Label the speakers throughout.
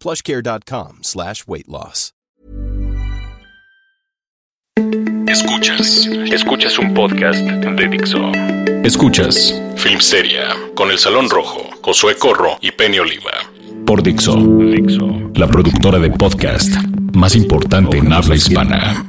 Speaker 1: plushcare.com slash weight loss.
Speaker 2: Escuchas, escuchas un podcast de Dixo. Escuchas Filmsteria con El Salón Rojo, Josué Corro y Penny Oliva. Por Dixo, Dixo, la productora de podcast más importante en habla hispana.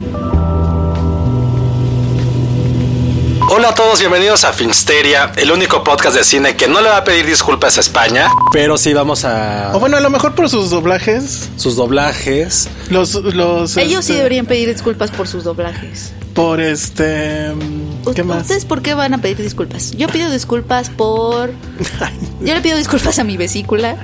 Speaker 3: Hola a todos, bienvenidos a Filmsteria, el único podcast de cine que no le va a pedir disculpas a España, pero sí vamos a
Speaker 4: O bueno, a lo mejor por sus doblajes.
Speaker 3: sus doblajes.
Speaker 4: Los, los.
Speaker 5: Ellos
Speaker 4: este,
Speaker 5: sí deberían pedir disculpas por sus doblajes.
Speaker 4: Por este. mm, ¿Qué
Speaker 5: U-
Speaker 4: más?
Speaker 5: ¿Ustedes por qué van a pedir disculpas? Yo pido disculpas por... Yo le pido disculpas a mi vesícula.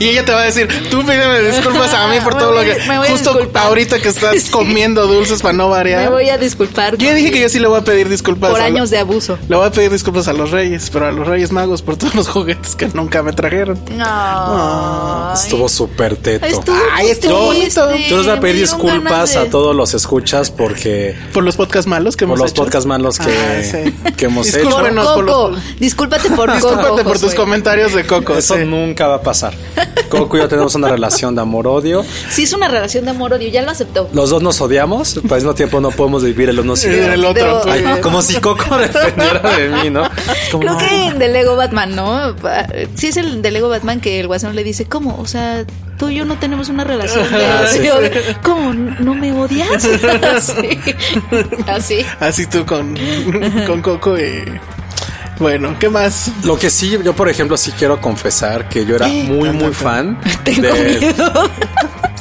Speaker 4: Y ella te va a decir, tú pídeme disculpas a mí por todo lo
Speaker 5: Me voy-
Speaker 4: que.
Speaker 5: me voy a
Speaker 4: Justo
Speaker 5: disculpar.
Speaker 4: ahorita que estás
Speaker 5: Sí.
Speaker 4: comiendo dulces para no
Speaker 5: Me
Speaker 4: variar.
Speaker 5: voy a disculpar
Speaker 4: Yo ya dije que yo sí le voy a pedir disculpas.
Speaker 5: por
Speaker 4: a lo-
Speaker 5: años de abuso.
Speaker 4: Le voy a pedir disculpas a los reyes, pero a los reyes magos por todos los juguetes que nunca me trajeron. Ah,
Speaker 5: No.
Speaker 3: Estuvo súper teto.
Speaker 5: Estuvo
Speaker 4: Ay, estuvo
Speaker 5: triste.
Speaker 4: bonito.
Speaker 3: Yo les voy a pedir
Speaker 5: Me dieron ganas
Speaker 3: disculpas
Speaker 5: de-
Speaker 3: a todos los escuchas porque
Speaker 4: Por los podcasts malos que
Speaker 3: por
Speaker 4: hemos
Speaker 3: los
Speaker 4: hecho.
Speaker 3: podcasts malos que,
Speaker 4: Ah, sí.
Speaker 3: que hemos hecho.
Speaker 5: Por
Speaker 4: Discúlpenos por
Speaker 5: Coco.
Speaker 4: los-
Speaker 5: Discúlpate por Coco.
Speaker 4: Discúlpate por tus
Speaker 5: Josué.
Speaker 4: comentarios de Coco.
Speaker 3: Eso
Speaker 4: sí.
Speaker 3: nunca va a pasar. Coco y yo tenemos una relación de amor-odio.
Speaker 5: Sí, es una relación de amor-odio. Ya lo aceptó.
Speaker 3: Los dos nos odiamos, pero al mismo tiempo no podemos vivir el uno sin
Speaker 4: Y el otro. pues.
Speaker 5: Pero-
Speaker 3: Ay, como si Coco dependiera de mí, ¿no? Como,
Speaker 5: Creo
Speaker 3: no,
Speaker 5: que en The Lego Batman, ¿no? Pa- Sí es el de Lego Batman que el guasón le dice, ¿cómo? O sea, tú y yo no tenemos una relación. de-
Speaker 3: Ah, sí.
Speaker 5: de- ¿Cómo? ¿No me odias? Así. Así.
Speaker 4: Así tú con, con Coco y. Bueno, ¿qué más?
Speaker 3: Lo que sí, yo por ejemplo sí quiero confesar que yo era muy muy fan
Speaker 5: Tengo
Speaker 3: de-
Speaker 5: miedo.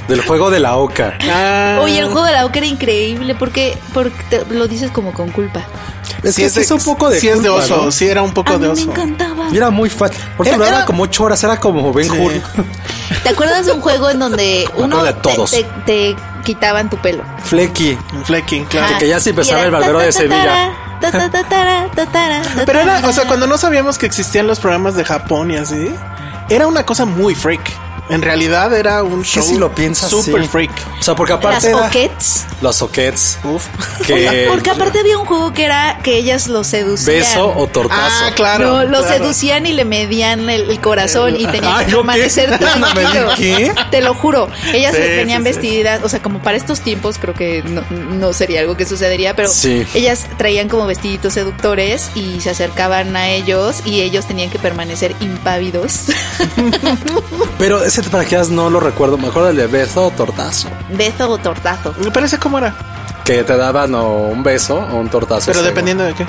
Speaker 3: del juego de la Oca.
Speaker 4: Ah,
Speaker 5: Oye, el juego de la Oca era increíble porque, porque te- lo dices como con culpa.
Speaker 3: Es
Speaker 4: sí
Speaker 3: que sí es un poco de
Speaker 4: sí es de
Speaker 3: culpa,
Speaker 4: oso,
Speaker 3: ¿no?
Speaker 4: sí era un poco
Speaker 5: A mí
Speaker 4: de
Speaker 5: me
Speaker 4: oso.
Speaker 5: encantaba.
Speaker 3: Yo era muy fan. Porque
Speaker 4: Era-
Speaker 3: duraba
Speaker 4: era-
Speaker 3: como ocho horas, era como Ben Hur.
Speaker 4: Sí.
Speaker 5: ¿Te acuerdas de un juego en donde
Speaker 3: Me
Speaker 5: uno
Speaker 3: acuerdo de
Speaker 5: te-
Speaker 3: todos.
Speaker 5: Te, te quitaban tu pelo?
Speaker 3: Flecky.
Speaker 4: Flecking, claro.
Speaker 3: Ah. que ya se empezaba
Speaker 5: Y era
Speaker 3: el barbero de
Speaker 5: ta-ta-ta-tara, ta-ta-ta-tara, ta-tara,
Speaker 4: Pero era, o sea,
Speaker 5: ta-tara.
Speaker 4: cuando no sabíamos que existían los programas de Japón y así, era una cosa muy freak. En realidad era un
Speaker 3: Que
Speaker 4: show
Speaker 3: si lo piensas.
Speaker 4: super
Speaker 3: sí.
Speaker 4: freak.
Speaker 3: O sea, porque
Speaker 5: Las
Speaker 3: aparte era-
Speaker 5: oquets.
Speaker 3: los soquets.
Speaker 4: Uf.
Speaker 3: Que
Speaker 5: Porque aparte había un juego que era que ellas lo seducían.
Speaker 3: beso o tortazo.
Speaker 4: Ah, claro.
Speaker 5: no, lo
Speaker 4: claro.
Speaker 5: seducían y le medían el, el corazón y tenían
Speaker 3: Ay,
Speaker 5: que
Speaker 3: ¿yo qué?
Speaker 5: permanecer
Speaker 3: ¿No me di
Speaker 5: tranquilo.
Speaker 3: qué?
Speaker 5: Te lo juro. Ellas
Speaker 4: Sí,
Speaker 5: se venían
Speaker 4: sí, sí.
Speaker 5: vestidas, o sea, como para estos tiempos creo que no, no sería algo que sucedería, pero
Speaker 3: Sí.
Speaker 5: ellas traían como vestiditos seductores y se acercaban a ellos y ellos tenían que permanecer impávidos.
Speaker 3: Pero ese para que veas no lo recuerdo. Me acuerdo del de beso o tortazo.
Speaker 5: Beso o tortazo.
Speaker 4: Me parece como era.
Speaker 3: Que te daban o un beso o un tortazo.
Speaker 4: Pero
Speaker 3: según.
Speaker 4: dependiendo de qué.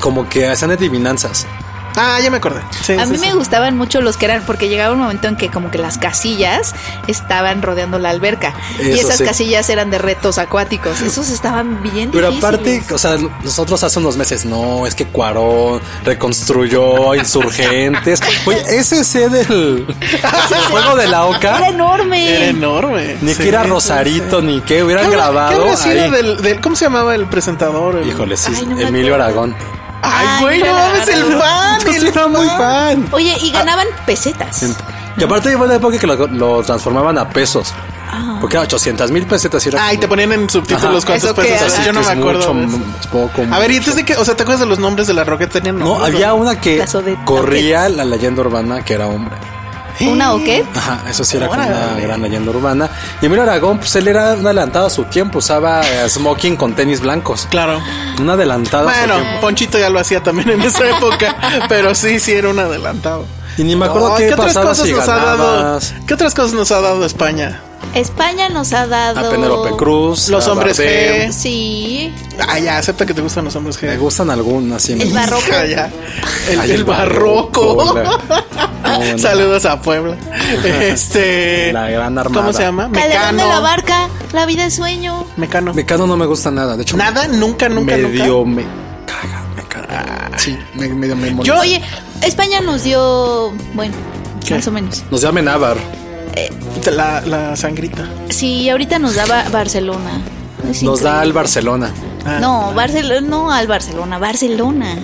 Speaker 3: Como que hacían adivinanzas.
Speaker 4: Ah, ya me acordé. Sí,
Speaker 5: A
Speaker 4: sí,
Speaker 5: mí
Speaker 4: sí.
Speaker 5: me gustaban mucho los que eran, porque llegaba un momento en que como que las casillas estaban rodeando la alberca. y
Speaker 3: Eso
Speaker 5: esas
Speaker 3: sí.
Speaker 5: casillas eran de retos acuáticos. Esos estaban bien
Speaker 3: Pero aparte,
Speaker 5: difíciles.
Speaker 3: o sea, nosotros hace unos meses, no, es que Cuarón reconstruyó insurgentes. Oye, ese C del del juego de la
Speaker 5: Era
Speaker 3: OCA,
Speaker 5: enorme.
Speaker 4: Era enorme.
Speaker 3: ni
Speaker 4: Sí,
Speaker 3: que era
Speaker 4: sí,
Speaker 3: Rosarito,
Speaker 4: sí.
Speaker 3: ni que
Speaker 4: ¿Qué
Speaker 3: hubieran
Speaker 4: habrá- qué
Speaker 3: grabado.
Speaker 4: habrá sido
Speaker 3: ahí.
Speaker 4: del- del- ¿Cómo se llamaba el presentador? El-
Speaker 3: Híjole, sí,
Speaker 5: Ay, no me
Speaker 3: Emilio
Speaker 5: acuerdo.
Speaker 3: Aragón.
Speaker 4: Ay, güey, no
Speaker 5: Emilio
Speaker 4: mames, el
Speaker 5: Aragón.
Speaker 4: fan.
Speaker 3: Yo sí
Speaker 4: el
Speaker 3: era muy
Speaker 4: fan. Ah.
Speaker 3: fan.
Speaker 5: Oye, y ganaban pesetas.
Speaker 3: Y aparte llegó una época que lo, lo transformaban a pesos. Porque era 800 mil pesetas. y era
Speaker 4: Ay,
Speaker 3: como-
Speaker 4: te ponían en subtítulos
Speaker 3: Ajá.
Speaker 4: cuántos
Speaker 5: Ah. Eso que
Speaker 4: pesos.
Speaker 5: haces,
Speaker 4: así, Yo no
Speaker 3: es
Speaker 4: me acuerdo. de
Speaker 3: mucho,
Speaker 4: eso.
Speaker 3: poco,
Speaker 4: A ver, y
Speaker 3: mucho.
Speaker 4: entonces de que, o sea, ¿te acuerdas de los nombres de la Rocket tenían
Speaker 3: No,
Speaker 4: nombres,
Speaker 3: había una que
Speaker 5: Las Odette-
Speaker 3: corría la leyenda urbana que era hombre.
Speaker 5: ¿Una o qué?
Speaker 3: Ajá, eso sí era como una
Speaker 4: Órale.
Speaker 3: gran leyenda urbana. Y Emilio Aragón, pues él era un adelantado a su tiempo, usaba eh, smoking con tenis blancos.
Speaker 4: Claro.
Speaker 3: Un adelantado a su
Speaker 4: Bueno,
Speaker 3: tiempo.
Speaker 4: Ponchito ya lo hacía también en esa época, pero sí, sí era un adelantado.
Speaker 3: Y ni me acuerdo
Speaker 4: Ay,
Speaker 3: qué, pasaba si
Speaker 4: nos ha dado?
Speaker 3: ganabas.
Speaker 4: ¿Qué otras cosas nos ha dado España?
Speaker 5: España nos ha dado.
Speaker 3: A Penélope Cruz.
Speaker 4: Los
Speaker 3: a
Speaker 4: hombres
Speaker 3: Bardem.
Speaker 4: G.
Speaker 5: Sí.
Speaker 4: Ah, ya, acepta que te gustan los hombres G.
Speaker 3: Me gustan algunas. sí, me
Speaker 5: El
Speaker 3: gustan.
Speaker 5: barroco.
Speaker 4: Hija, ya. El,
Speaker 3: Ay,
Speaker 4: el
Speaker 3: el
Speaker 4: barroco.
Speaker 3: barroco, la- no, no.
Speaker 4: Saludos a Puebla. Este.
Speaker 3: La gran armada.
Speaker 4: ¿Cómo se llama?
Speaker 5: Calderón de la
Speaker 4: Ah, Mecano.
Speaker 5: Barca. La vida es sueño.
Speaker 4: Mecano.
Speaker 3: Mecano no me gusta nada. De hecho,
Speaker 4: Nada, nunca, nunca,
Speaker 3: medio
Speaker 4: nunca.
Speaker 3: me caga, me caga. Sí, me, medio me molesta.
Speaker 4: Yo-
Speaker 5: Oye, España nos dio. Bueno,
Speaker 4: ¿Qué?
Speaker 5: más o menos.
Speaker 3: Nos llamen Avar.
Speaker 4: La, la sangrita.
Speaker 5: Sí, ahorita nos da Ba- Barcelona. Es
Speaker 3: Nos da
Speaker 5: increíble.
Speaker 3: al Barcelona.
Speaker 4: Ah,
Speaker 5: No, Barcelona, no al Barcelona, Barcelona.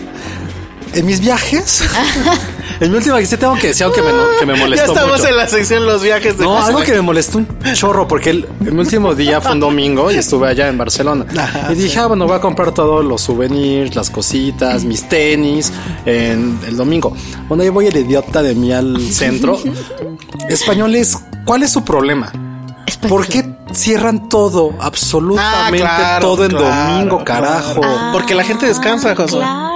Speaker 3: En mis viajes. en mi última que sí tengo que decir algo que me, que me
Speaker 4: Ya
Speaker 3: molestó.
Speaker 4: estamos
Speaker 3: mucho.
Speaker 4: en la sección los viajes de
Speaker 3: No,
Speaker 4: José.
Speaker 3: algo que me molestó un chorro, porque el, el último día fue un domingo y estuve allá en Barcelona.
Speaker 4: Ajá,
Speaker 3: y dije, ah, bueno, voy a comprar todos los souvenirs, las cositas, mis tenis, en el domingo. Bueno, yo voy el idiota de mí al centro. Españoles, ¿cuál es su problema?
Speaker 5: España.
Speaker 3: ¿Por qué cierran todo,
Speaker 4: Pues Ah,
Speaker 3: absolutamente
Speaker 4: claro,
Speaker 3: todo en
Speaker 4: claro,
Speaker 3: domingo,
Speaker 4: claro.
Speaker 3: carajo?
Speaker 4: Ah, Porque la gente descansa, José.
Speaker 5: Claro.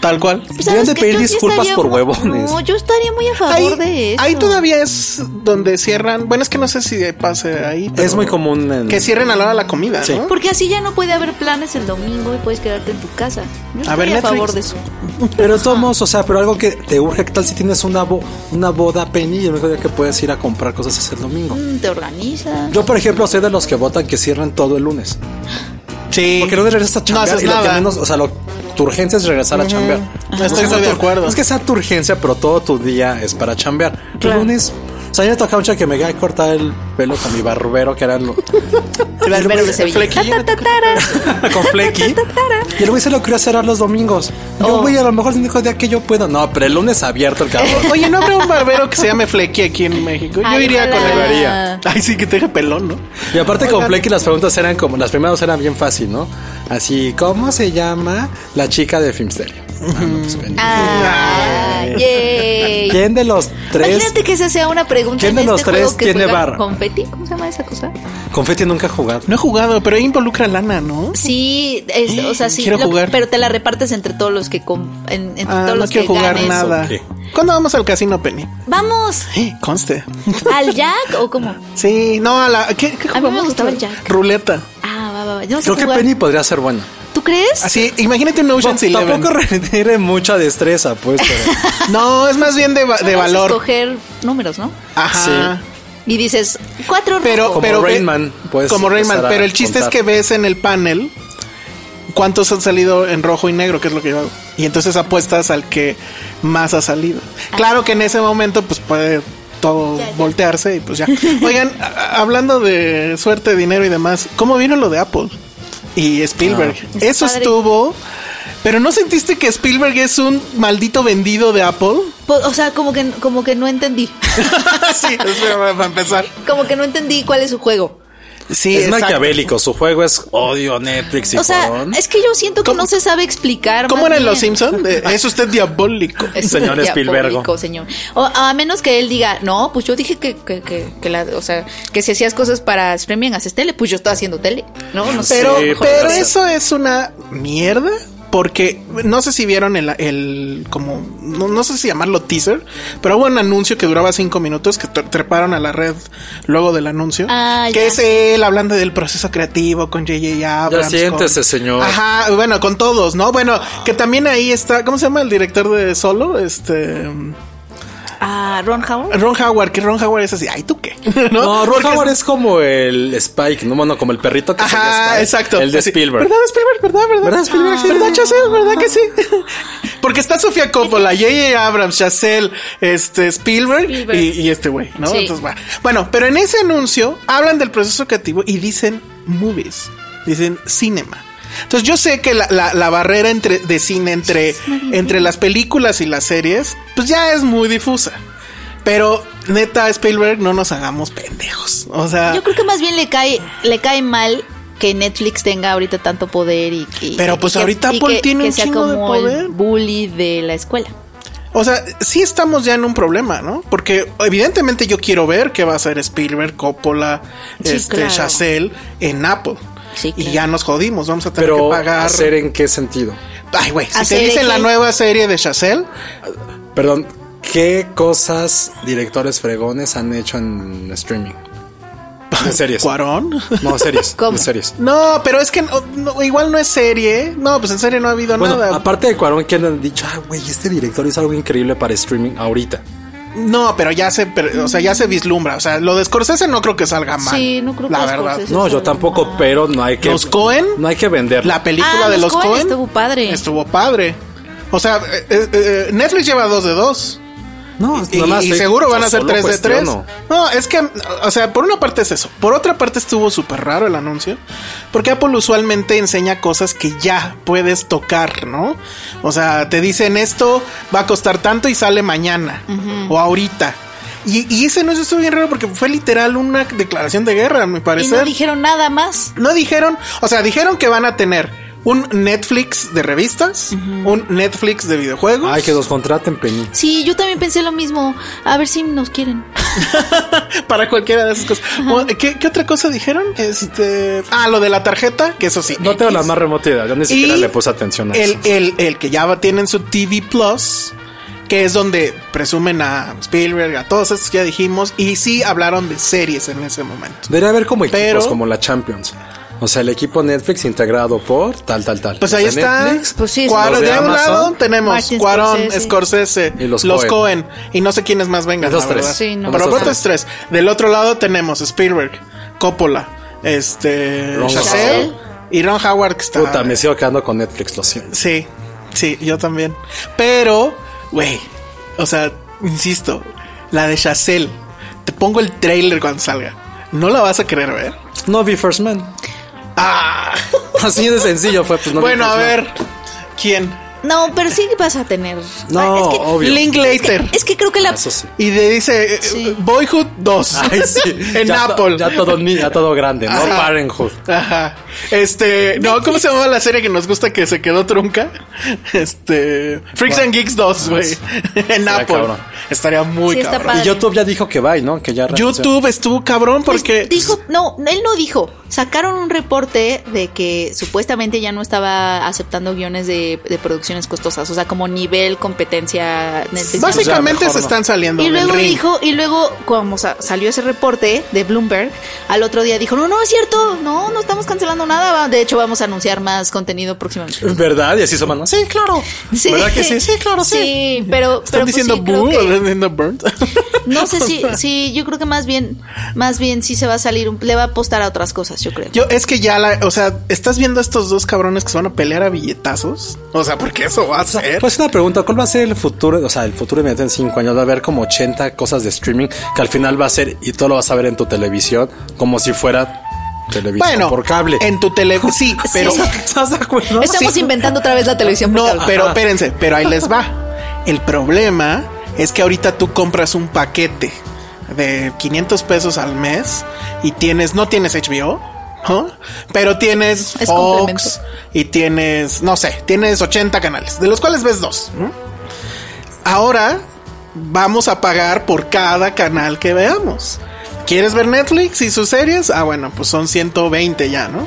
Speaker 4: Tal cual.
Speaker 5: Pues,
Speaker 3: Deben
Speaker 5: ¿sabes
Speaker 3: de
Speaker 5: qué?
Speaker 3: pedir
Speaker 5: Yo sí
Speaker 3: disculpas
Speaker 5: estaría
Speaker 3: por
Speaker 5: mu-
Speaker 3: huevones.
Speaker 5: No, yo estaría muy a favor de
Speaker 4: Pues, Ahí,
Speaker 5: eso.
Speaker 4: ahí todavía es donde cierran. Bueno, es que no sé si pase ahí. pero
Speaker 3: Es muy común en...
Speaker 4: Que cierren a la hora de la comida,
Speaker 3: Sí.
Speaker 4: ¿no?
Speaker 5: Porque así ya no puede haber planes el domingo y puedes quedarte en tu casa. Yo
Speaker 4: A
Speaker 5: estoy
Speaker 4: ver,
Speaker 5: a
Speaker 4: Netflix.
Speaker 5: favor de eso.
Speaker 3: Pero tomos, o sea, pero algo que te urge, ¿qué tal si tienes una, bo- una boda penny y el único día que puedes ir a comprar cosas es el domingo?
Speaker 5: Mm, Te organizas.
Speaker 3: Yo, por ejemplo, soy de los que votan que cierran todo el lunes.
Speaker 4: Sí.
Speaker 3: Porque no regresas a chambear
Speaker 4: haces
Speaker 3: y lo que
Speaker 4: nada.
Speaker 3: menos, o sea, lo, tu urgencia es regresar a chambear.
Speaker 4: No estoy
Speaker 3: es que
Speaker 4: muy
Speaker 3: sea
Speaker 4: de
Speaker 3: tu-
Speaker 4: acuerdo.
Speaker 3: no es que sea tu urgencia, pero todo tu día es para chambear.
Speaker 5: Claro.
Speaker 3: El lunes, o sea, a mí me tocaba mucho que me iba a cortar el pelo con mi barbero, que era lo,
Speaker 5: El barbero de Sevilla.
Speaker 4: flequillo.
Speaker 5: Ta, ta, tara.
Speaker 3: con Flecky. y el güey se lo quería cerrar los domingos. Yo,
Speaker 5: Oh.
Speaker 3: güey, a lo mejor es el único día que yo pueda. No, pero el lunes abierto el cabrón.
Speaker 4: Oye, ¿no habrá un barbero que se llame Flequi aquí en México? Yo
Speaker 5: Ay,
Speaker 4: iría con
Speaker 5: ojalá.
Speaker 4: él. Ay, sí, que te deje pelón, ¿no?
Speaker 3: Y aparte con Flecky las preguntas eran como, las primeras eran bien fácil, ¿no? Así, ¿cómo se llama la chica de Filmsteria? Ah, no, pues, ven.
Speaker 5: Ah, yay.
Speaker 3: ¿Quién de los tres?
Speaker 5: Imagínate que esa sea una pregunta.
Speaker 3: ¿Quién
Speaker 5: en
Speaker 3: de
Speaker 5: este
Speaker 3: los tres
Speaker 5: juego que
Speaker 3: tiene
Speaker 5: juegan
Speaker 3: bar?
Speaker 5: ¿Confeti? ¿Cómo se llama esa cosa?
Speaker 3: Confeti nunca ha jugado.
Speaker 4: No he jugado, pero ahí involucra lana, ¿no?
Speaker 5: Sí, es- o sea, sí.
Speaker 4: Quiero
Speaker 5: lo que-
Speaker 4: jugar.
Speaker 5: pero te la repartes entre todos los que com- en- entre
Speaker 4: Ah,
Speaker 5: todos
Speaker 4: no
Speaker 5: los que
Speaker 4: quiero jugar
Speaker 5: ganes.
Speaker 4: nada.
Speaker 3: qué?
Speaker 4: ¿Cuándo vamos al casino, Penny?
Speaker 5: Vamos
Speaker 4: Eh, Conste.
Speaker 5: al Jack o cómo?
Speaker 4: Sí, no, a la. ¿Qué, qué
Speaker 5: A mí me
Speaker 4: jugamos?
Speaker 5: gustaba el Jack.
Speaker 4: Ruleta.
Speaker 5: Ah, va, va, va. Yo no sé
Speaker 3: Creo que
Speaker 5: jugar.
Speaker 3: Penny podría ser buena.
Speaker 5: ¿Tú crees?
Speaker 4: Así, imagínate un
Speaker 3: Bueno,
Speaker 4: Ocean's Eleven.
Speaker 3: tampoco requiere mucha destreza, pues, pero...
Speaker 4: No, es más bien de, va- de
Speaker 5: Vamos a
Speaker 4: valor.
Speaker 5: escoger números, ¿no?
Speaker 4: Ajá.
Speaker 5: Y dices cuatro
Speaker 4: Pero,
Speaker 5: rojos.
Speaker 3: Como
Speaker 4: pero ve-
Speaker 3: Rain Man, puedes
Speaker 4: como Rayman.
Speaker 3: empezar a
Speaker 4: Pero el chiste es
Speaker 3: contar.
Speaker 4: que ves en el panel cuántos han salido en rojo y negro, que es lo que yo hago. Y entonces apuestas al que más ha salido. Claro que en ese momento, pues puede todo
Speaker 5: Ah. Ya, ya.
Speaker 4: voltearse y pues ya. Oigan, a- hablando de suerte, dinero y demás, ¿cómo vino lo de Apple y Spielberg?
Speaker 5: Ah.
Speaker 4: Eso
Speaker 5: Padre.
Speaker 4: estuvo. Pero ¿no sentiste que Spielberg es un maldito vendido de Apple?
Speaker 5: Po- O sea, como que, como que no entendí.
Speaker 4: sí, para empezar.
Speaker 5: como que no entendí cuál es su juego.
Speaker 4: Sí,
Speaker 3: Es
Speaker 4: exacto.
Speaker 3: maquiavélico, su juego es odio Netflix y
Speaker 5: o sea,
Speaker 3: porón.
Speaker 5: es que yo siento que
Speaker 4: ¿Cómo-
Speaker 5: no se sabe explicar.
Speaker 4: ¿Cómo
Speaker 5: más
Speaker 4: eran los
Speaker 5: bien.
Speaker 4: Simpsons? Es usted diabólico.
Speaker 5: Es
Speaker 3: Señor Spielberg.
Speaker 5: diabólico, señor. O, a menos que él diga, no, pues yo dije que, que, que, que la- o sea, que si hacías cosas para streaming, haces tele, pues yo estaba haciendo tele. No, no sé.
Speaker 4: Pero,
Speaker 3: Sí,
Speaker 5: Mejor
Speaker 4: pero
Speaker 5: gracias.
Speaker 4: eso es una mierda. Porque no sé si vieron el, el como, no, no sé si llamarlo teaser, pero hubo un anuncio que duraba cinco minutos que tre- treparon a la red luego del anuncio.
Speaker 5: Ah,
Speaker 4: que
Speaker 5: ya.
Speaker 4: es él hablando del proceso creativo con JJ Abrams.
Speaker 3: siéntese,
Speaker 4: con-
Speaker 3: señor.
Speaker 4: Ajá, bueno, con todos, ¿no? Bueno, que también ahí está, ¿cómo se llama el director de Solo? Este...
Speaker 5: Ah, Ron Howard.
Speaker 4: Ron Howard, que Ron Howard es así, ay, ¿tú qué?
Speaker 3: No, Ron
Speaker 4: Porque-
Speaker 3: Howard es como el Spike, ¿no? Bueno, como el perrito que se
Speaker 4: Ajá, exacto.
Speaker 3: El de
Speaker 4: Así,
Speaker 3: Spielberg.
Speaker 4: ¿Verdad, Spielberg? ¿Verdad, verdad?
Speaker 3: ¿Verdad, Spielberg? Sí.
Speaker 4: ¿Verdad, Chazelle? ¿Verdad que sí? Porque está Sofía Coppola, J.J. Abrams, Chazelle, este, Spielberg,
Speaker 5: Spielberg.
Speaker 4: Y, y este güey, ¿no?
Speaker 5: Sí.
Speaker 4: Entonces, va. Bueno, pero en ese anuncio hablan del proceso creativo y dicen movies, dicen cinema. Entonces yo sé que la, la- la barrera entre, de cine entre, entre las películas y las series, pues ya es muy difusa. Pero neta, Spielberg, no nos hagamos pendejos. O sea,
Speaker 5: Yo creo que más bien le cae, le cae mal que Netflix tenga ahorita tanto poder y que.
Speaker 4: Pero, pues,
Speaker 5: y que-
Speaker 4: ahorita
Speaker 5: y
Speaker 4: Apple
Speaker 5: que-
Speaker 4: tiene
Speaker 5: que
Speaker 4: un
Speaker 5: sea
Speaker 4: chingo de
Speaker 5: como el
Speaker 4: poder.
Speaker 5: bully de la escuela.
Speaker 4: O sea, sí estamos ya en un problema, ¿no? Porque evidentemente yo quiero ver qué va a hacer Spielberg, Coppola,
Speaker 5: Sí,
Speaker 4: este,
Speaker 5: claro.
Speaker 4: Chazelle en Apple.
Speaker 5: Sí,
Speaker 4: Y
Speaker 5: claro.
Speaker 4: ya nos jodimos, vamos a tener
Speaker 3: Pero
Speaker 4: que pagar.
Speaker 3: hacer en qué sentido?
Speaker 4: Ay, güey, si te
Speaker 5: ¿Hacer de
Speaker 4: dicen la
Speaker 5: qué?
Speaker 4: nueva serie de Chazelle,
Speaker 3: Perdón, ¿Qué cosas directores fregones han hecho en streaming? De series.
Speaker 4: ¿Cuarón?
Speaker 3: No, series.
Speaker 5: ¿Cómo?
Speaker 3: de series.
Speaker 4: No, pero es que no- no, igual no es serie. No, pues en serie no ha habido
Speaker 3: Bueno,
Speaker 4: nada.
Speaker 3: aparte de Cuarón, ¿quién han dicho? Ah, güey, este director es algo increíble para streaming ahorita.
Speaker 4: No, pero ya se, per- o sea, ya se vislumbra. O sea, lo de Scorsese no creo que salga mal.
Speaker 5: Sí, no creo que
Speaker 4: La
Speaker 5: los
Speaker 4: verdad.
Speaker 5: Scorsese
Speaker 3: No, yo
Speaker 5: salgan
Speaker 3: tampoco,
Speaker 5: mal.
Speaker 3: pero no hay que.
Speaker 4: Ah. ¿Los Cohen?
Speaker 3: No hay que vender.
Speaker 4: La película
Speaker 5: Ah,
Speaker 4: de los
Speaker 5: los Coen
Speaker 4: Cohen
Speaker 5: estuvo padre.
Speaker 4: Estuvo padre. O sea, eh, eh, eh, Netflix lleva dos de dos.
Speaker 3: No,
Speaker 4: Y,
Speaker 3: nomás
Speaker 4: y
Speaker 3: estoy-
Speaker 4: seguro van a
Speaker 3: yo
Speaker 4: ser
Speaker 3: solo
Speaker 4: 3 de 3.
Speaker 3: cuestiono.
Speaker 4: No, es que, o sea, por una parte es eso. Por otra parte estuvo súper raro el anuncio. Porque Apple usualmente enseña cosas que ya puedes tocar, ¿no? O sea, te dicen esto va a costar tanto y sale mañana o ahorita. Y, y ese no estuvo bien raro porque fue literal una declaración de guerra, a mi
Speaker 5: Y
Speaker 4: parecer.
Speaker 5: no dijeron nada más.
Speaker 4: No dijeron, o sea, dijeron que van a tener un Netflix de revistas, un Netflix de videojuegos.
Speaker 3: Ay, que los contraten, Penny.
Speaker 5: Sí, yo también pensé lo mismo. A ver si nos quieren.
Speaker 4: Para cualquiera de esas cosas. O- ¿Qué, qué otra cosa dijeron? Este. Ah, lo de la tarjeta, que eso sí.
Speaker 3: No tengo la
Speaker 4: X.
Speaker 3: más remota idea. Yo ni siquiera le puse atención a
Speaker 4: el,
Speaker 3: eso.
Speaker 4: el, el que ya va- tienen su TV Plus, que es donde presumen a Spielberg, a todos estos que ya dijimos, y sí hablaron de series en ese momento.
Speaker 3: Debería haber como equipos
Speaker 4: Pero-
Speaker 3: como la Champions. O sea, el equipo Netflix integrado por tal, tal, tal.
Speaker 4: Pues
Speaker 3: O
Speaker 4: ahí
Speaker 3: sea,
Speaker 4: está.
Speaker 3: Netflix,
Speaker 5: Pues sí,
Speaker 4: Cuarón,
Speaker 3: los de
Speaker 4: de un
Speaker 3: Amazon,
Speaker 4: lado tenemos
Speaker 5: Martin
Speaker 4: Cuarón,
Speaker 5: Scorsese.
Speaker 4: Scorsese,
Speaker 3: Y los
Speaker 4: los,
Speaker 3: Coen.
Speaker 4: Cohen. y no sé quiénes más vengan.
Speaker 3: Esos
Speaker 4: la
Speaker 3: tres.
Speaker 4: verdad.
Speaker 5: Sí, no.
Speaker 4: Pero
Speaker 3: Esos
Speaker 4: aparte es tres. Del otro lado tenemos Spielberg, Coppola, este
Speaker 3: Ron
Speaker 4: Chazelle
Speaker 5: Howard.
Speaker 4: y Ron Howard que está.
Speaker 3: Puta, me sigo quedando con Netflix, lo siento.
Speaker 4: Sí, sí, yo también. Pero, güey, o sea, insisto, la de Chazelle. Te pongo el trailer cuando salga. No la vas a querer ver.
Speaker 3: No vi First Man.
Speaker 4: Ah,
Speaker 3: Así de sencillo fue. Pues no vi
Speaker 4: bueno,
Speaker 3: First
Speaker 4: a
Speaker 3: Man.
Speaker 4: ver. ¿Quién?
Speaker 5: No, pero sí que vas a tener.
Speaker 3: No,
Speaker 5: Ah, es que,
Speaker 3: obvio.
Speaker 4: Linklater.
Speaker 5: Es que creo que la.
Speaker 3: Eso sí.
Speaker 4: Y le dice eh,
Speaker 5: Sí.
Speaker 4: Boyhood 2
Speaker 3: Ay, sí.
Speaker 4: en
Speaker 3: Ya to-
Speaker 4: Apple.
Speaker 3: Ya todo, ni- ya todo grande, ¿no?
Speaker 4: Ajá.
Speaker 3: Parenthood.
Speaker 4: Ajá. Este, no, ¿cómo se llamaba la serie que nos gusta que se quedó trunca? Este, Freaks and Geeks 2, güey. En
Speaker 3: Estaría
Speaker 4: Apple.
Speaker 3: cabrón.
Speaker 4: Estaría muy
Speaker 5: Sí, está
Speaker 4: cabrón.
Speaker 5: padre.
Speaker 3: Y YouTube ya dijo que va, ¿no? Que ya renunció.
Speaker 4: YouTube estuvo cabrón porque
Speaker 5: Pues dijo, no, él no dijo. Sacaron un reporte de que supuestamente ya no estaba aceptando guiones de, de producciones costosas, o sea, como nivel competencia Netflix.
Speaker 4: básicamente
Speaker 3: mejor
Speaker 4: se
Speaker 3: no.
Speaker 4: están saliendo
Speaker 5: Y
Speaker 4: del
Speaker 5: luego
Speaker 4: ring.
Speaker 5: dijo, y luego como sa- salió ese reporte de Bloomberg, al otro día dijo, no, no es cierto, no, no estamos cancelando nada, va- de hecho vamos a anunciar más contenido próximamente.
Speaker 3: ¿Verdad? Y así son manos. Sí, claro.
Speaker 5: Sí.
Speaker 3: ¿Verdad que sí? Sí, claro, sí.
Speaker 5: Sí, pero,
Speaker 4: Están
Speaker 5: pero pues
Speaker 4: diciendo
Speaker 5: sí, creo
Speaker 4: boo,
Speaker 5: que-
Speaker 4: están diciendo burnt.
Speaker 5: no sé si, sí, yo creo que más bien, más bien sí se va a salir, un- le va a apostar a otras cosas, yo creo.
Speaker 4: Yo es que ya la, o sea, estás viendo a estos dos cabrones que se van a pelear a billetazos. O sea, porque eso va a ser.
Speaker 3: Pues una pregunta, ¿cuál va a ser el futuro? O sea, el futuro inmediato en cinco años va a haber como 80 cosas de streaming que al final va a ser y todo lo vas a ver en tu televisión como si fuera televisión
Speaker 4: bueno,
Speaker 3: por cable.
Speaker 4: En tu teléfono, sí, pero
Speaker 5: Sí.
Speaker 3: ¿Estás de acuerdo?
Speaker 5: Estamos
Speaker 4: sí.
Speaker 5: inventando otra vez la televisión. por
Speaker 4: No,
Speaker 5: cable.
Speaker 4: pero espérense, pero ahí les va. El problema es que ahorita tú compras un paquete de 500 pesos al mes y tienes, no tienes HBO, ¿no? pero tienes
Speaker 5: Es complemento.
Speaker 4: Fox y tienes, no sé, tienes 80 canales, de los cuales ves dos. ¿no? Ahora vamos a pagar por cada canal que veamos. ¿Quieres ver Netflix y sus series? Ah, bueno, pues son 120 ya, ¿no?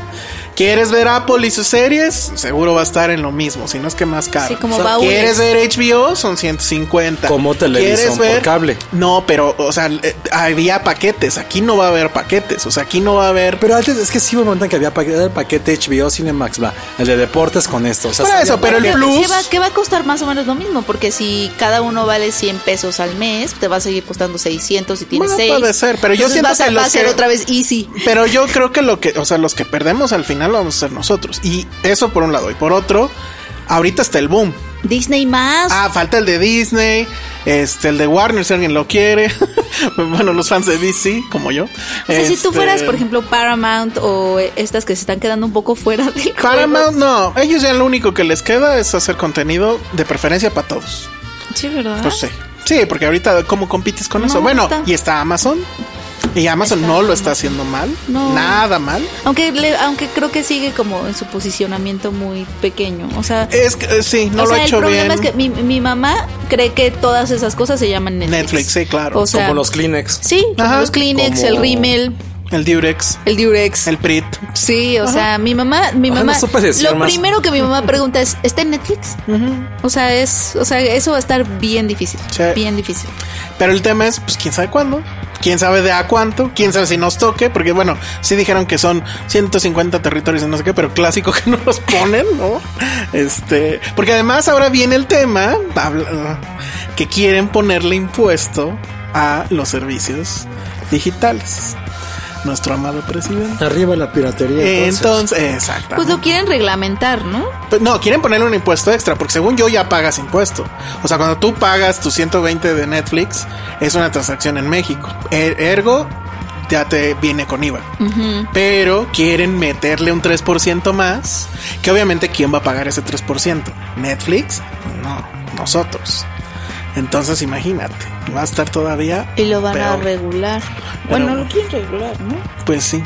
Speaker 4: ¿Quieres ver Apple y sus series? Seguro va a estar en lo mismo, si no es que más caro.
Speaker 5: Sí, como baúles.
Speaker 4: ¿Quieres ver HBO? Son 150.
Speaker 3: Como televisión por cable.
Speaker 4: No, pero, o sea, eh, había paquetes. Aquí no va a haber paquetes. O sea, aquí no va a haber.
Speaker 3: Pero antes es que sí hubo un momento en que había paquete, el paquete HBO Cinemax, va, el de deportes con esto. O sea,
Speaker 4: Por
Speaker 3: salía-
Speaker 4: eso, pero el
Speaker 5: ¿Qué-
Speaker 4: plus.
Speaker 5: ¿Qué va, qué va a costar más o menos lo mismo? Porque si cada uno vale 100 pesos al mes, te va a seguir costando 600 si tienes
Speaker 4: Bueno,
Speaker 5: 6.
Speaker 4: puede ser, pero yo siento
Speaker 5: va a ser,
Speaker 4: que
Speaker 5: va a
Speaker 4: los
Speaker 5: ser
Speaker 4: que-
Speaker 5: otra vez easy.
Speaker 4: Pero yo creo que lo que, o sea, los que perdemos al final vamos a ser nosotros. Y eso por un lado. Y por otro, ahorita está el boom.
Speaker 5: Disney más.
Speaker 4: Ah, falta el de Disney, este, el de Warner, si alguien lo quiere. bueno, los fans de DC, como yo.
Speaker 5: o sea, si tú
Speaker 4: Este,
Speaker 5: fueras, por ejemplo, Paramount o eh, estas que se están quedando un poco fuera de.
Speaker 4: Paramount, no. Ellos ya lo único que les queda es hacer contenido de preferencia para todos.
Speaker 5: Sí, ¿verdad?
Speaker 4: Pues sí. Sí, porque ahorita, ¿cómo compites con
Speaker 5: Ah. No,
Speaker 4: eso? Bueno,
Speaker 5: está.
Speaker 4: y está Amazon. Y Amazon no lo está haciendo mal.
Speaker 5: No.
Speaker 4: Nada mal.
Speaker 5: Aunque, le- aunque creo que sigue como en su posicionamiento muy pequeño. O sea,
Speaker 4: Es que eh, sí, no
Speaker 5: o
Speaker 4: lo
Speaker 5: sea,
Speaker 4: ha hecho
Speaker 5: el problema
Speaker 4: bien.
Speaker 5: es que mi, mi mamá cree que todas esas cosas se llaman Netflix.
Speaker 4: Netflix, sí, claro.
Speaker 5: O sea,
Speaker 3: como los Kleenex.
Speaker 5: Sí, como
Speaker 4: Ajá.
Speaker 5: los Kleenex,
Speaker 3: Como-
Speaker 5: el Rimmel.
Speaker 4: El Durex,
Speaker 5: El Durex.
Speaker 4: el Prit.
Speaker 5: Sí, o sea, mi mamá, mi
Speaker 3: Ah, no
Speaker 5: mamá,
Speaker 3: supe decir
Speaker 5: lo
Speaker 3: más.
Speaker 5: primero que mi mamá pregunta es, ¿está en Netflix? O sea, es, o sea, eso va a estar bien difícil,
Speaker 4: Sí.
Speaker 5: bien difícil.
Speaker 4: Pero el tema es, pues quién sabe cuándo, quién sabe de a cuánto, quién sabe si nos toque, porque bueno, sí dijeron que son 150 territorios y no sé qué, pero clásico que no los ponen, ¿no? Este, porque además ahora viene el tema habla- que quieren ponerle impuesto a los servicios digitales. Nuestro amado presidente.
Speaker 3: Arriba la piratería.
Speaker 4: Entonces, exacto.
Speaker 5: Pues lo quieren reglamentar, ¿no?
Speaker 4: Pues no, quieren ponerle un impuesto extra, porque según yo ya pagas impuesto. O sea, cuando tú pagas tus 120 de Netflix, es una transacción en México. Er- ergo, ya te viene con IVA. Pero quieren meterle un 3% más, que obviamente ¿quién va a pagar ese 3%? ¿Netflix? No, nosotros. Entonces imagínate, va a estar todavía...
Speaker 5: Y lo van a
Speaker 4: peor.
Speaker 5: regular.
Speaker 4: Pero-
Speaker 5: Bueno, lo quieren regular, ¿no?
Speaker 4: Pues sí.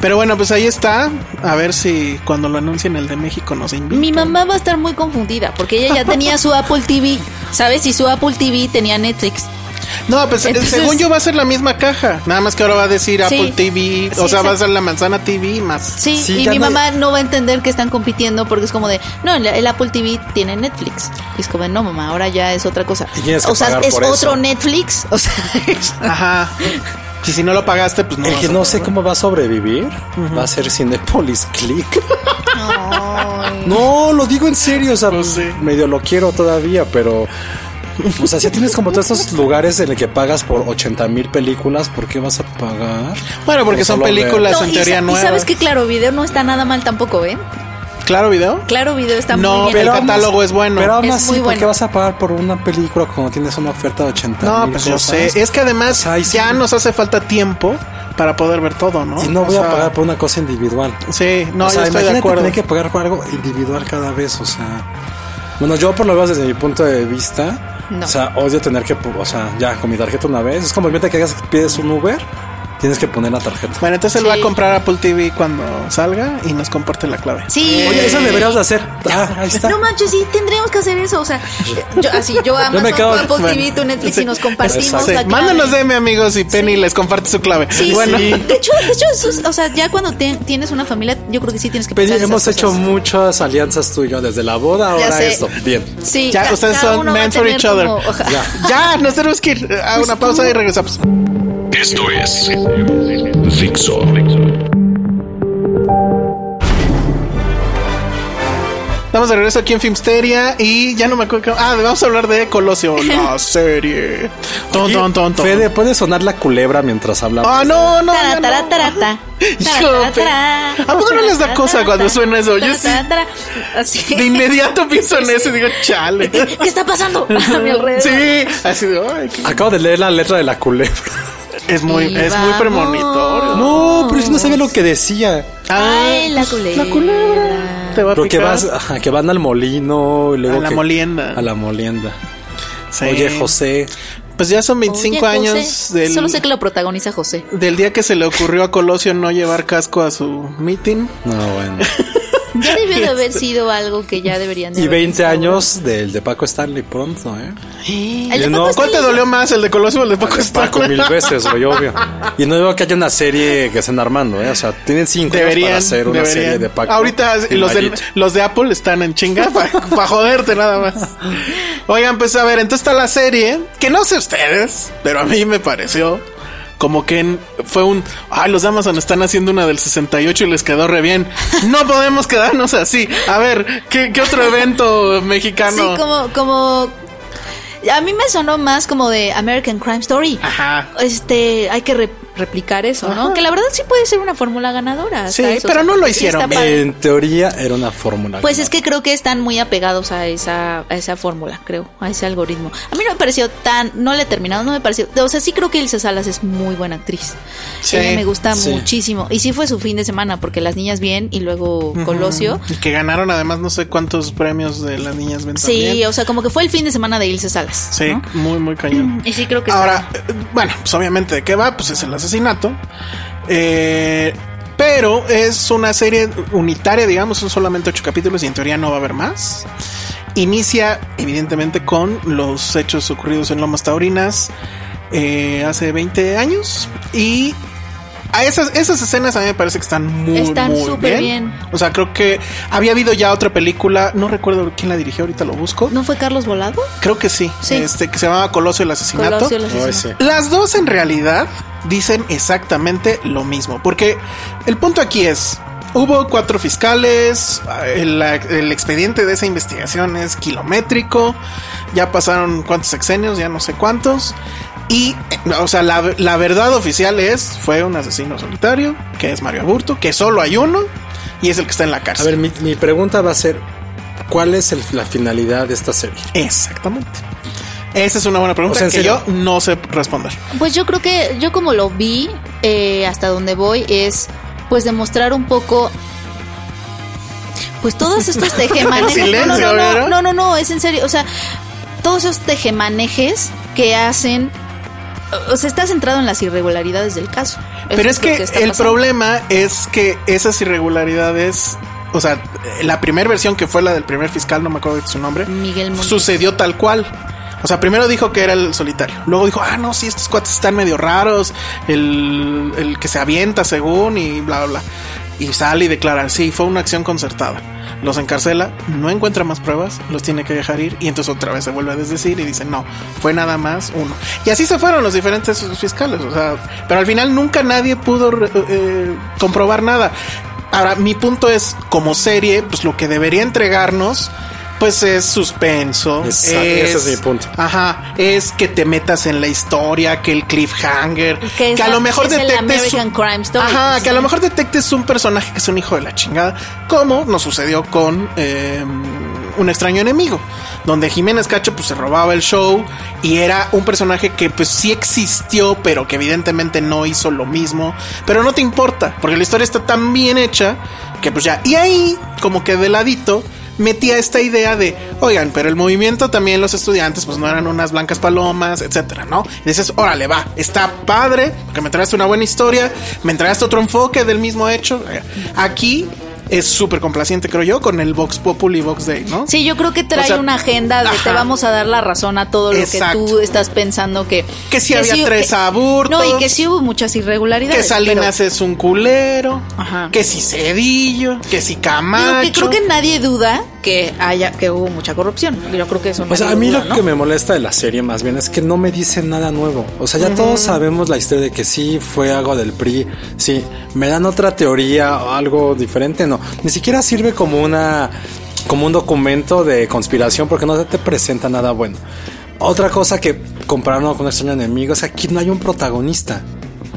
Speaker 4: Pero bueno, pues ahí está. A ver si cuando lo anuncien el de México nos invitan.
Speaker 5: Mi mamá va a estar muy confundida porque ella ya tenía su Apple TV, ¿sabes? Y su Apple TV tenía Netflix.
Speaker 4: No, pues eh,
Speaker 5: Entonces-
Speaker 4: según yo va a ser la misma caja. Nada más que ahora va a decir Apple TV. O
Speaker 5: Sí,
Speaker 4: sea, va a
Speaker 5: exacto.
Speaker 4: ser la manzana TV más.
Speaker 5: Sí,
Speaker 3: Sí,
Speaker 5: y
Speaker 3: ya
Speaker 5: mi
Speaker 3: no-
Speaker 5: mamá no va a entender que están compitiendo porque es como de, no, el, el Apple TV tiene Netflix. Y es como, de, no, mamá, ahora ya es otra cosa.
Speaker 3: Y tienes que
Speaker 5: O sea,
Speaker 3: pagar
Speaker 5: es
Speaker 3: por
Speaker 5: otro
Speaker 3: eso.
Speaker 5: Netflix. O sea, es-
Speaker 4: Ajá. Y si no lo pagaste, pues no.
Speaker 3: El
Speaker 4: vas
Speaker 3: que
Speaker 4: a
Speaker 3: no sé
Speaker 4: pagar.
Speaker 3: cómo va a sobrevivir va a ser Cinepolis Click.
Speaker 5: Ay.
Speaker 3: No, lo digo en serio, o sea,
Speaker 4: Pues sí.
Speaker 3: medio lo quiero todavía, pero... O sea, si tienes como todos esos lugares en el que pagas por 80 mil películas, ¿por qué vas a pagar?
Speaker 4: Bueno, porque
Speaker 3: Por
Speaker 4: son
Speaker 3: solo ver.
Speaker 4: películas
Speaker 5: No,
Speaker 4: en
Speaker 5: y
Speaker 4: teoría
Speaker 5: sa- y,
Speaker 4: nuevas.
Speaker 5: sabes que Claro Video no está nada mal tampoco, ¿eh?
Speaker 4: Claro, video.
Speaker 5: Claro Video está
Speaker 4: No,
Speaker 5: muy bien.
Speaker 4: pero el
Speaker 5: armado.
Speaker 4: catálogo es bueno.
Speaker 3: Pero aún
Speaker 5: es
Speaker 3: así,
Speaker 5: muy
Speaker 3: ¿por qué
Speaker 5: bueno.
Speaker 3: vas a pagar por una película cuando tienes una oferta de 80 mil?
Speaker 4: no, pues yo sé. Es que además
Speaker 3: Ay, Pues sí.
Speaker 4: ya nos hace falta tiempo para poder ver todo, ¿no?
Speaker 3: Y no
Speaker 4: O
Speaker 3: voy a
Speaker 4: sea,
Speaker 3: pagar por una cosa individual.
Speaker 4: Sí, no,
Speaker 3: o sea,
Speaker 4: yo estoy de
Speaker 3: imagínate
Speaker 4: acuerdo.
Speaker 3: tener que pagar por algo individual cada vez, o sea. Bueno, yo por lo menos desde mi punto de vista,
Speaker 5: No.
Speaker 3: o sea, odio tener que, o sea, ya con mi tarjeta una vez, es como el que hagas- pides un Uber, tienes que poner la tarjeta.
Speaker 4: Bueno, entonces él va a
Speaker 5: Sí.
Speaker 4: comprar Apple TV cuando salga y nos comparte la clave.
Speaker 5: Sí.
Speaker 3: Oye, eso deberíamos de hacer. Ah, ahí está.
Speaker 5: No manches, sí, tendríamos que hacer eso. O sea, yo, así, yo Amazon,
Speaker 3: me acabo
Speaker 5: tú
Speaker 3: de-
Speaker 5: Apple TV,
Speaker 4: Bueno,
Speaker 5: tú Netflix
Speaker 4: sí.
Speaker 5: y nos compartimos
Speaker 3: Exacto.
Speaker 4: Sí,
Speaker 5: la clave.
Speaker 4: Mándanos DM, amigos, y Penny les comparte su clave.
Speaker 5: Sí,
Speaker 4: bueno,
Speaker 5: sí. De hecho, de hecho, eso es- o sea, ya cuando te- tienes una familia, yo creo que sí tienes que
Speaker 3: Penny,
Speaker 5: pensar en
Speaker 3: Pues hemos
Speaker 5: esas
Speaker 3: hecho
Speaker 5: cosas.
Speaker 3: muchas alianzas tú y yo, desde la boda,
Speaker 5: Ya
Speaker 3: ahora
Speaker 5: sé.
Speaker 3: esto. Bien.
Speaker 5: Sí,
Speaker 4: Ya, ustedes
Speaker 5: cada
Speaker 4: son
Speaker 5: uno va a
Speaker 4: meant for
Speaker 5: tener
Speaker 4: each other.
Speaker 5: como- oja-
Speaker 4: ya, nos tenemos que ir Eh, a una pausa y regresamos.
Speaker 2: Esto es Dixo.
Speaker 4: Estamos de regreso aquí en Filmsteria y ya no me acuerdo. qué- Ah, vamos a hablar de Colosio, la serie. Ton, ton, ton, ton.
Speaker 3: Fede, ¿puede sonar la culebra mientras hablamos?
Speaker 4: Ah, no, no. ya
Speaker 5: Tara,
Speaker 4: no.
Speaker 5: tara, tara, ta.
Speaker 4: Hijo,
Speaker 5: Tara,
Speaker 4: pero-
Speaker 5: tara,
Speaker 4: ¿a poco no les da cosa
Speaker 5: tara,
Speaker 4: cuando
Speaker 5: tara,
Speaker 4: suena eso? Yo
Speaker 5: tara,
Speaker 4: sí.
Speaker 5: tara, tara. Así.
Speaker 4: De inmediato pienso en eso y digo, chale.
Speaker 5: ¿Qué está pasando a mi alrededor?
Speaker 4: Sí, así de, ay, qué-
Speaker 3: Acabo de leer la letra de la culebra.
Speaker 4: es muy,
Speaker 5: Y
Speaker 4: es muy
Speaker 5: vamos.
Speaker 4: premonitorio.
Speaker 3: No, pero yo no sabía lo que decía.
Speaker 5: Ay, la culebra.
Speaker 4: pues, La culebra. ah, Te va a
Speaker 3: Pero que
Speaker 4: picar.
Speaker 3: vas, ajá, que van al molino y luego
Speaker 4: A la
Speaker 3: que-
Speaker 4: molienda.
Speaker 3: A la molienda.
Speaker 4: Sí.
Speaker 3: Oye, José.
Speaker 4: Pues ya son 25
Speaker 5: Oye, José,
Speaker 4: años del,
Speaker 5: Solo sé que lo protagoniza José.
Speaker 4: del día que se le ocurrió a Colosio no llevar casco a su meeting.
Speaker 3: No, bueno.
Speaker 5: Ya debió de haber sido algo que ya deberían de
Speaker 3: Y
Speaker 5: haber
Speaker 3: 20
Speaker 5: visto.
Speaker 3: años del de Paco Stanley pronto, ¿eh?
Speaker 5: El de
Speaker 3: Yo no-
Speaker 5: Paco
Speaker 4: ¿Cuál te
Speaker 5: Stanley.
Speaker 4: dolió más, el de Colosio o el de Paco
Speaker 3: Paco
Speaker 4: Stanley?
Speaker 3: mil veces, güey, obvio. Y no digo que haya una serie que estén armando, ¿eh? O sea, tienen 5 años
Speaker 4: Deberían,
Speaker 3: para hacer una
Speaker 4: deberían.
Speaker 3: serie de Paco.
Speaker 4: Ahorita
Speaker 3: y
Speaker 4: los de,
Speaker 3: Mayito.
Speaker 4: los de Apple están en chinga para joderte nada más. Oigan, pues a ver, entonces está la serie, que no sé ustedes, pero a mí me pareció como que en- fue un, ay, los de Amazon están haciendo una del 68 y les quedó re bien. No podemos quedarnos así. A ver, ¿qué, qué otro evento
Speaker 5: Sí,
Speaker 4: mexicano?
Speaker 5: como, como. A mí me sonó más como de American Crime Story.
Speaker 4: Ajá.
Speaker 5: Este, hay que re- replicar eso, ¿no? Que la verdad sí puede ser una fórmula ganadora.
Speaker 4: Sí,
Speaker 5: ¿sabes? O
Speaker 4: pero no lo hicieron
Speaker 5: está padre.
Speaker 3: En teoría era una fórmula.
Speaker 5: Pues es que creo que están muy apegados a esa, a esa fórmula, creo, a ese algoritmo. A mí no me pareció tan, no le he terminado, no me pareció, o sea, sí creo que Ilse Salas es muy buena actriz.
Speaker 4: Sí,
Speaker 5: Ella me gusta
Speaker 3: sí.
Speaker 5: muchísimo. Y sí fue su fin de semana, porque las niñas bien y luego Colosio.
Speaker 4: Y que ganaron además no sé cuántos premios de las niñas ven
Speaker 5: Sí,
Speaker 4: también.
Speaker 5: o sea, como que fue el fin de semana de Ilse Salas.
Speaker 4: Sí,
Speaker 5: ¿no?
Speaker 4: muy, muy cañón.
Speaker 5: Y sí creo que
Speaker 4: Ahora, eh, bueno, pues obviamente de qué va, pues es el asesinato. Eh, pero es una serie unitaria, digamos, son solamente ocho capítulos y en teoría no va a haber más. Inicia, evidentemente, con los hechos ocurridos en Lomas Taurinas eh, hace 20 años y a esas, esas escenas a mí me parece que están muy,
Speaker 5: Están
Speaker 4: muy
Speaker 5: súper
Speaker 4: bien.
Speaker 5: bien.
Speaker 4: O sea, creo que había habido ya otra película, no recuerdo quién la dirigió, ahorita lo busco.
Speaker 5: ¿No fue Carlos Volado?
Speaker 4: Creo que sí,
Speaker 5: Sí.
Speaker 4: este que se llamaba Colosio el asesinato.
Speaker 5: Colosio, el
Speaker 6: Ay,
Speaker 5: asesino.
Speaker 6: sí.
Speaker 4: Las dos en realidad dicen exactamente lo mismo, porque el punto aquí es, hubo cuatro fiscales, el, el expediente de esa investigación es kilométrico, ya pasaron cuántos sexenios, ya no sé cuántos, y, eh, o sea, la, la verdad oficial es, fue un asesino solitario, que es Mario Aburto, que solo hay uno, y es el que está en la
Speaker 6: A
Speaker 4: cárcel.
Speaker 6: ver, mi, mi pregunta va a ser: ¿cuál es el- la finalidad de esta serie?
Speaker 4: Exactamente. Esa es una buena pregunta
Speaker 6: O sea, ¿en
Speaker 4: que
Speaker 6: serio?
Speaker 4: yo no sé responder.
Speaker 5: Pues yo creo que yo como lo vi eh, hasta donde voy es pues demostrar un poco pues todos estos tejemanejes no,
Speaker 4: Silencio,
Speaker 5: no, no, no,
Speaker 4: ¿vieron?
Speaker 5: no, no, no, es en serio, o sea, todos esos tejemanejes que hacen o sea, está centrado en las irregularidades del caso. Eso
Speaker 4: Pero es
Speaker 5: lo
Speaker 4: que,
Speaker 5: está
Speaker 4: el
Speaker 5: pasando.
Speaker 4: problema es que esas irregularidades, o sea, la primera versión que fue la del primer fiscal, no me acuerdo de su nombre,
Speaker 5: Miguel Montes.
Speaker 4: sucedió tal cual. O sea, primero dijo que era el solitario. Luego dijo, ah, no, sí, estos cuates están medio raros. El, el que se avienta según y bla, bla, bla. Y sale y declara, sí, fue una acción concertada. Los encarcela, no encuentra más pruebas, los tiene que dejar ir y entonces otra vez se vuelve a desdecir y dice, no, fue nada más uno. Y así se fueron los diferentes fiscales. O sea, pero al final nunca nadie pudo re- eh, comprobar nada. Ahora, mi punto es, como serie, pues lo que debería entregarnos, pues es suspenso,
Speaker 6: Exacto, ese es mi punto.
Speaker 4: Ajá, es que te metas en la historia, que el cliffhanger,
Speaker 5: Y que
Speaker 4: que,
Speaker 5: es
Speaker 4: a
Speaker 5: la-
Speaker 4: lo mejor
Speaker 5: es el
Speaker 4: detectes
Speaker 5: American Crime Story,
Speaker 4: Ajá,
Speaker 5: pues,
Speaker 4: que a
Speaker 5: sí.
Speaker 4: lo mejor detectes un personaje que es un hijo de la chingada, como nos sucedió con eh, un extraño enemigo, donde Jiménez Cacho pues se robaba el show y era un personaje que pues sí existió, pero que evidentemente no hizo lo mismo, pero no te importa, porque la historia está tan bien hecha que pues ya y ahí como que de ladito metía esta idea de, oigan, pero el movimiento también los estudiantes pues no eran unas blancas palomas, etcétera, ¿no? Y dices, órale, va, está padre, porque me traes una buena historia, me entregaste otro enfoque del mismo hecho. Aquí es súper complaciente, creo yo, con el Vox Populi Vox Day, ¿no?
Speaker 5: Sí, yo creo que trae
Speaker 4: O sea,
Speaker 5: una agenda de te
Speaker 4: ajá.
Speaker 5: vamos a dar la razón a todo lo
Speaker 4: Exacto.
Speaker 5: que tú estás pensando que
Speaker 4: Que sí había tres abortos.
Speaker 5: No, y que sí hubo muchas irregularidades.
Speaker 4: Que Salinas es un culero,
Speaker 5: Ajá.
Speaker 4: que si Cedillo, que si
Speaker 5: Digo
Speaker 4: Camacho.
Speaker 5: que creo que nadie duda que haya que hubo mucha corrupción. Yo creo que eso
Speaker 6: O sea, a
Speaker 5: nadie
Speaker 6: mí
Speaker 5: duda,
Speaker 6: lo
Speaker 5: ¿no?
Speaker 6: que me molesta de la serie más bien es que no me dice nada nuevo. O sea, ya todos sabemos la historia de que sí fue algo del PRI, sí, me dan otra teoría o algo diferente, no. Ni siquiera sirve como una como un documento de conspiración porque no te presenta nada bueno. Otra cosa que comparando con extraño enemigo es que aquí no hay un protagonista.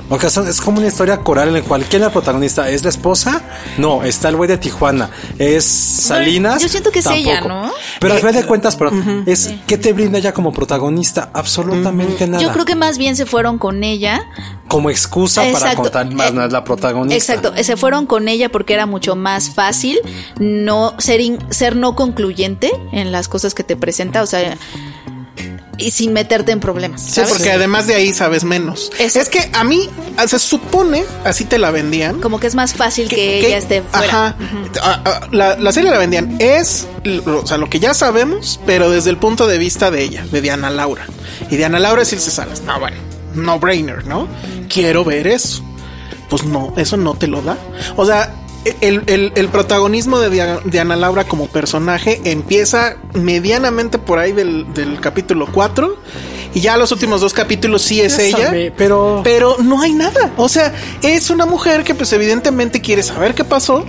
Speaker 6: O sea, son- es como una historia coral en la cual ¿quién es la protagonista? ¿Es la esposa? No, está el güey de Tijuana. ¿Es Salinas?
Speaker 5: yo siento que es ella, ¿no?
Speaker 6: Pero al final de cuentas, pero es que te brinda ella como protagonista absolutamente nada.
Speaker 5: Yo creo que más bien se fueron con ella.
Speaker 6: como excusa para
Speaker 5: Exacto.
Speaker 6: contar más
Speaker 5: Eh,
Speaker 6: nada la protagonista.
Speaker 5: Exacto, eh, se fueron con ella porque era mucho más fácil no ser in- ser no concluyente en las cosas que te presenta, o sea, y sin meterte en problemas.
Speaker 4: Sí,
Speaker 5: ¿sabes?
Speaker 4: porque además de ahí sabes menos.
Speaker 5: Exacto.
Speaker 4: Es que a mí se supone, así te la vendían,
Speaker 5: como que es más fácil que,
Speaker 4: que-
Speaker 5: ella esté fuera.
Speaker 4: Ajá. Ah, ah, la, la serie la vendían. Es lo, o sea, lo que ya sabemos, pero desde el punto de vista de ella, de Diana Laura. Y Diana Laura es Ilse Salas. No, bueno, no brainer, ¿no? Quiero ver eso. Pues no, eso no te lo da. O sea, el, el- el protagonismo de Dia- Diana Laura como personaje empieza medianamente por ahí del, del capítulo 4. Y ya los últimos dos capítulos sí es
Speaker 6: Ya
Speaker 4: ella.
Speaker 6: sabe, pero-
Speaker 4: Pero no hay nada. O sea, es una mujer que pues evidentemente quiere saber qué pasó